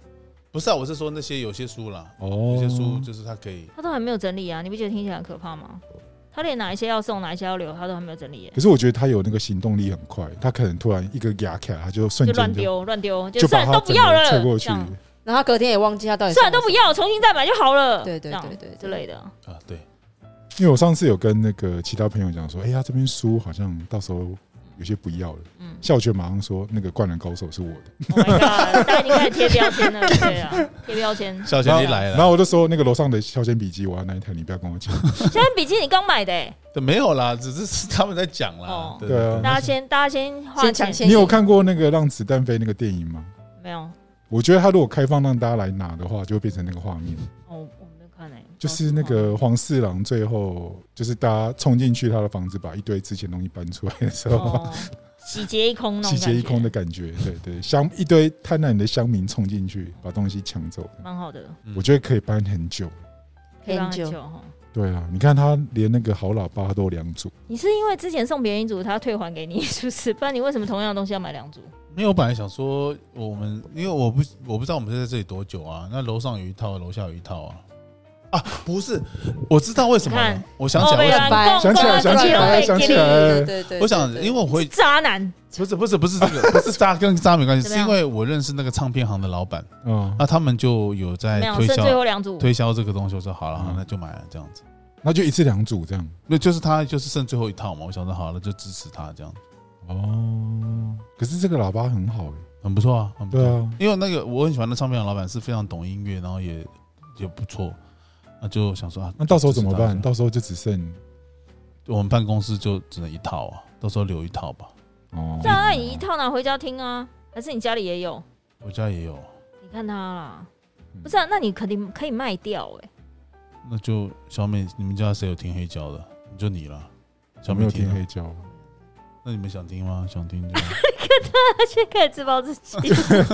不是啊，我是说那些有些书啦，
哦
有些书就是他可以，
他都还没有整理啊，你不觉得听起来很可怕吗？他连哪一些要送，哪一些要留，他都还没有整理耶、
可是我觉得他有那个行动力很快，他可能突然一个牙卡，他就瞬
就
间
乱
就
丢乱丢，就
就把
算
它
都不要了，
撤过去
这。样
然后他隔天也忘记他到底
算了都不
送
要，重新再买就好了。
对对
这样
对对对
之类的。
啊，对，
因为我上次有跟那个其他朋友讲说，哎呀，这边书好像到时候有些不要了。
嗯
校犬马上说，那个灌篮高手是我的。
，Oh my god，大家已经 开始贴标签了，对啊，贴标签。
小姐你来
然后
了，
我就说，那个楼上的校犬笔记，我要那一台，你不要跟我 抢。
现在比基尼刚买的欸，
对没有啦，只是 是他们在讲啦
哦，
对
对啊
大 家先大家先花
先抢
钱，
先
你有看过那个《让子弹飞》那个电影吗？
没有？
我觉得它如果开放让大家来拿的话，就会变成那个画面，
哦，我没有看哎，
就是那个黄四郎最后就是大家冲进去他的房子，把一堆之前东西搬出来的时候，
哦，洗劫一空那
洗
种，
劫一空的，感觉。对对，乡一堆贪婪的乡民冲进去，把东西抢走，
蛮好的，
嗯
我觉得可以搬很久。
可以让很
很久
久哈。
对啊，你看他连那个好喇叭都有两组，
你是因为之前送别人一组，他退还给你， 是不是？不然你为什么同样的东西要买两组？
没有，我本来想说我们，因为我不我不知道我们是在这里多久啊。那楼上有一套，楼下有一套啊。啊，不是，我知道为什么
你
了
看，啊
我想起来为什
哦
么，
拜
想起来，想起来，想起来
对。对对，
我想
对，对
因为我会
渣男，
不是不是不是这 个，不是渣跟渣没关系，
怎
是
么样
因为我认识那个唱片行的老板，
嗯，
那他们就有在
没有
哎推
剩最
销
后两组，
推销这个东西，我说好了，好
嗯
那就买了这样子。
那就一次两组这样。
那就是他就是剩最后一套嘛，我想说好了就支持他这样，
哦，可是这个喇叭很好欸
很不错啊，很不
对
错。
啊，
因为那个我很喜欢的唱片行老板是非常懂音乐，然后也也不错，那就想说啊，
那到时候怎么
支持他这
办？
样
到时候就只剩
我们办公室就只能一套啊，到时候留一套吧。
哦
这，样那你一套拿回家听啊，还是你家里也有？
我家也有，
你看他啦，
嗯
不是啊？那你肯定可以卖掉哎、
那就小美，你们家谁有听黑胶的？就你了，小
有没
美
有听
啊
黑胶？
那你们想听吗？想听就
他现在开始自暴自 弃。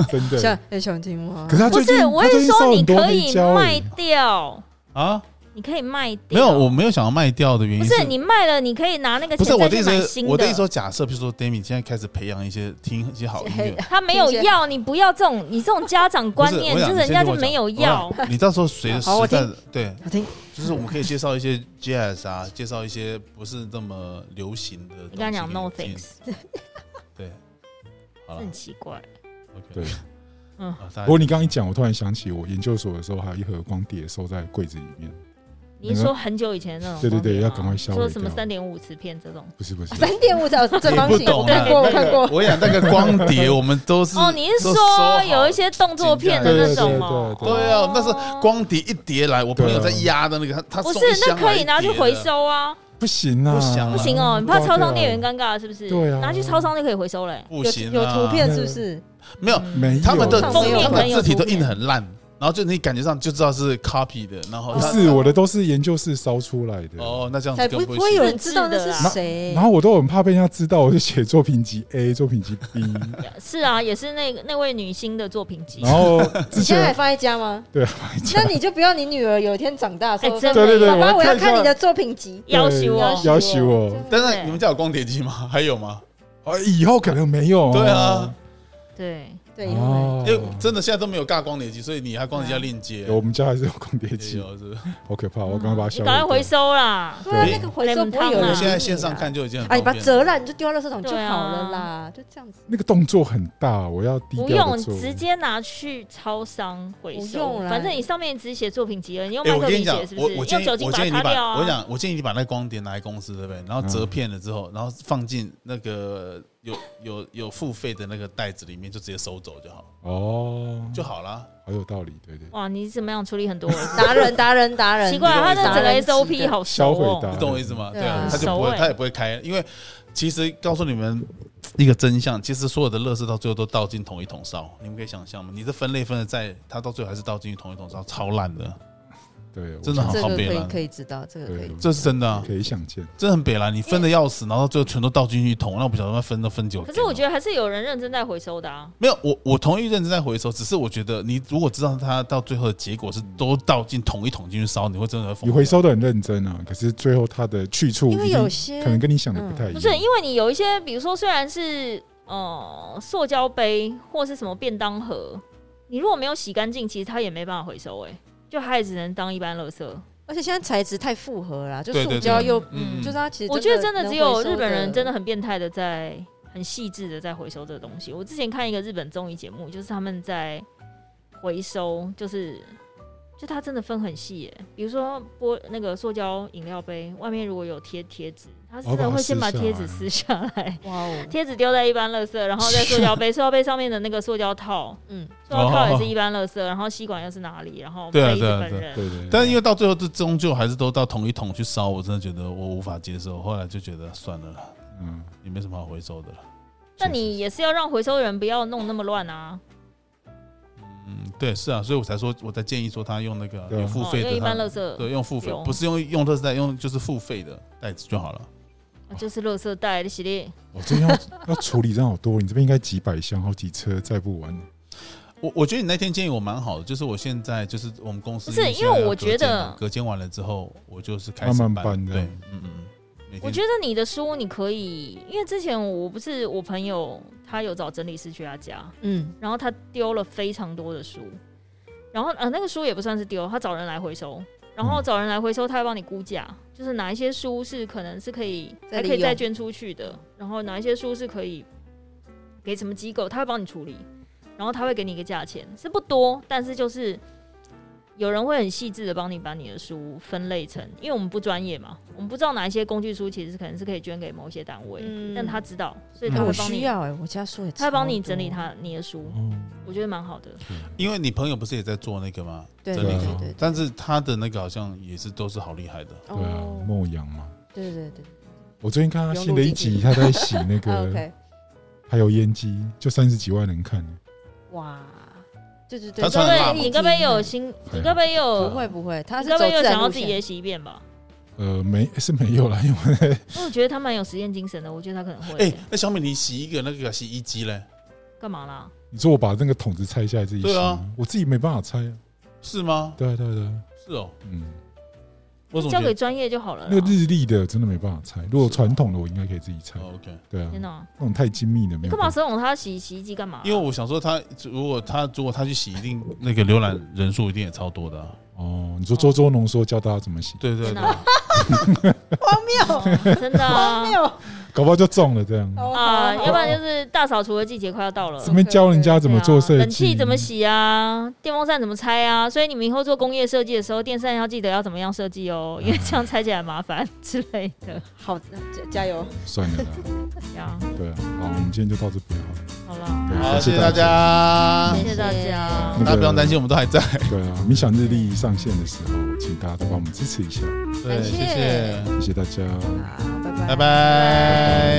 真
想
的。
很想听吗
可？是他
不
最近
是，我
他最
是
近
说
烧
你
很多
可
黑
以
胶
卖
欸，
掉，
啊，
你可以卖掉。
没有，我没有想要卖掉的原因
不是你卖了，你可以拿那个
不是
钱
我
再
的意
去买
思是，
新
我的意思说，假设比如说 d a m i 现在开始培养一些听一些
哎
好音乐，
他没有
听起来
要，你不要这种，你这种家长 观念，
不是我
就
想
是人家
你先听
就
我
没有
讲
要
我。让你到时候随 着时
好我
代
听，
对，
好听，
就是我们可以介绍一些 jazz 啊，介绍一些不是那么流行的东西给听。
你刚才讲 no thanks，
对，
啊
好了
很奇怪。
，OK，
对
嗯
啊，大
不
家
过你刚刚一讲，我突然想起我研究所的时候，还有一盒光碟收在柜子里面。
你是说很久以前那种
对
光碟
对
吗，
对要赶快销毁
说什么
掉
三点五磁片这种。
不是不是，
三点五角正方
你
形，
不懂
我
啊
看过，我看过。
我讲那个光碟，我们都是
哦，你是
都收
说
好
有一些动作片的那种哦？
对对
对啊，那是光碟一叠来，我朋友在
对啊
压的那个，他他
哦不是
送一，
那
箱
可以
来
拿
一
去
叠的
回。收啊。
不行啊，
不行啊
不行哦，你怕
对啊
超商店员尴尬是不是？
对啊
拿去超商就可以回收嘞。
不
有
行、啊，
有图片是不是？
没有？
嗯
没有
他们的
上
封
面有
他们的字体都
可能有图片
印的很烂，然后就你感觉上就知道是 copy 的，然后
不
他
哦是我的都是研究室烧出来的。
哦，那这样
才
子
不
更会
不会
行
有人知道那
自制
是
的啦
谁
然。后我都很怕被人家知道，我就写作品集 A、作品集 B，
是啊，也是那个那位女星的作品集。
然后之
你现在还
前
放在家吗？
对
那你就不要你女儿有一天长大的时
哎
候
真
说，
的
对对对，
爸爸，我要
要
看你
一
的
下
作品集。
要求
对
哦，
要求我，
但是
对
你们家有光碟机吗？还有吗？
啊，以后可能没有。
对啊，
对，
对，以后呢
哦
因，为真的现在都没有尬光碟机，所以你还光碟机要链接
有。我们家还是有光碟
也
机，
有是不是
好可怕！我刚刚把它
嗯
你
销毁
嗯赶
掉
快回收啦。
对啊，
对
那个回收不会有
我
对
人。
们现在线上看，就已经很
啊，
哎
你把
方便
它折烂，你就丢到垃圾桶就
对啊
好了啦，就这样子。
那个动作很大，我要低
不
调
用，
的做。
直接拿去超商回
不
收
用。啦
反正你上面只写作品集了，你用
哎、
麦
我
克
跟
笔
你讲
写是，不
我
是？
我
用
建议
酒精
我
把它
建议
擦
你
掉
把，我
啊。
讲，我建议你把那光碟拿来公司，对不对？然后折
嗯
片了之后，然后放进那个有有有付费的那个袋子里面就直接收走就好
哦，
就好啦。
好有道理，对对，
哇，你怎么样处理很 多人？
达人达人达人，
奇怪，他的整
达
个
人级
SOP
的
好
消
熟
费
哦。
达
你
人，
懂我意思吗？
对
对
啊
啊，
很
他就不
熟
会，
欸
他也不会开，因为其实告诉你们一个真相，其实所有的垃圾到最后都倒进同一桶烧，你们可以想象吗？你这分类分的再，它到最后还是倒进同一桶烧，超烂的，
对，我
真的
想
好
这个可
北
以
兰
可以知道，这个可以
对，
这是真的啊，
可以想见，
真的很北蓝，你分的要死，然后最后全都倒进一桶，那我不晓得要分都分久。
可是我觉得还是有人认真在回收的啊。
没有，我我同意认真在回收，只是我觉得你如果知道它到最后的结果是都倒进同一桶进去烧，你会真的会疯
你
掉
回收的很认真啊，可是最后它的去处
因为
已
有
经
些嗯
可能跟你想的不太一样，
不是，因为你有一些，比如说虽然是呃塑胶杯或是什么便当盒，你如果没有洗干净，其实它也没办法回收、欸，哎，就它也只能当一般垃圾。
而且现在材质太复合了啦，就
对
塑
对
胶
对，
啊又，
嗯，
就是它其实
我觉得真的
的
只有
能回
日
收
本人真的很变态的在很细致的在回收这个东西。我之前看一个日本综艺节目，就是他们在回收，就是就它真的分很细耶。比如说玻那个塑胶饮料杯外面如果有贴贴纸，它真
哦把
的
它
会先
撕
把
下
贴纸
来
撕下来，
哇哦，
贴纸丢在一般垃圾，然后在塑 胶杯，塑胶杯上面的那个塑胶套，
嗯，
塑胶套也是一般垃圾，然后吸管又是哪里，然后
哦对啊
杯子
对啊
本
对啊
人。
对对，
但因为到最后，这终究还是都到同一桶去烧，我真的觉得我无法接受。后来就觉得算了啦，
嗯，
也没什么好回收的了。
那你也是要让回收人不要弄那么乱啊，
嗯，对，是啊，所以我才说，我才建议说他用那个
对啊
有付
哦
费
因为
的
一般
他，
垃圾
对，用付费
有，
不是用用特斯袋，用就是付费的袋子就好了。
啊就是垃圾袋的系列。
我哦这边要要处理这样好多，你这边应该几百箱，好几车载不完，
我我觉得你那天建议我蛮好的，就是我现在就是我们公司
不是
现在要
因为我
隔
觉
间
得
嘛隔间完了之后，我就是开始
慢慢
搬
搬这
对
样，
嗯嗯，每天
我觉得你的书你可以，因为之前我不是我朋友，他有找整理师去他家，
嗯，
然后他丢了非常多的书，然后呃那个书也不算是丢，他找人来回收，然后
嗯
找人来回收，他会帮你估价，就是哪一些书是可能是可以
再
还
利
可以再
用
捐出去的，然后哪一些书是可以给什么机构，他会帮你处理，然后他会给你一个价钱，是不多，但是就是。有人会很细致的帮你把你的书分类成，因为我们不专业嘛，我们不知道哪一些工具书其实可能是可以捐给某一些单位，
嗯
但他知道，所以
嗯
他
哎
会
我
帮
需
你，
要哎，我家书也超多，
他会帮你整理他你的书，
哦，啊
我觉得蛮好的。
因为你朋友不是也在做那个吗？
对，
整
对
理
对
好
对对，
但是他的那个好像也是都是好厉害的，
对啊，
哦，
莫阳嘛，
对对对
我最近看他新的一集，
用
他在洗 那
对
个
，OK，
还有烟机，就三十几万人看，
哇，对对对，
他
你该
穿
不
得辣
会
吗
你该不会有新？你该不会有？
不会不会，他
嗯你
是
该不
走
会有
自然
想要
路
自己也
线，
洗一遍吧？
呃，没是没有啦，因为
因为我觉得他蛮有实验精神的，我觉得他可能会
哎
耶。，
那小美你洗一个那个洗衣机嘞，
干嘛啦？
你说我把那个桶子拆下来自己洗
对啊，
我自己没办法拆啊，
是吗？
对啊对啊对啊，
是哦，
嗯，
我总
交
觉
给
得
专业就好了啦。
那个日历的真的没办法拆，如果传统的我应该可以自己拆，
啊哦 OK，
对啊，
天哪，
那种太精密的没
你
有
干嘛
办法，
怂恿他洗洗衣机干嘛？啊
因为我想说他如果他如果他去洗，一定那个浏览人数一定也超多的啊。
哦，你说周周浓缩教大家怎么洗，
对对
天
对，
哪，
荒谬
真的啊
荒谬
搞不好就中了这样。
啊！要不然就是大扫除的季节快要到了。
这边教人家怎么做设
对
计，
啊冷气怎么洗啊？电风扇怎么拆啊？所以你们以后做工业设计的时候，电扇要记得要怎么样设计哦，因为这样拆起来麻烦之类的。
好，加加油，
嗯算了啦，
这样
对啊，好，我们今天就到这边啊好了
好了，
对
好，谢谢大，家，
谢谢大家。
那个
大家不用担心，我们都还在。
对啊，冥想日历上线的时候，请大家再帮我们支持一下，
对，
感谢
谢谢，
谢谢大家。
好，拜拜，
拜拜。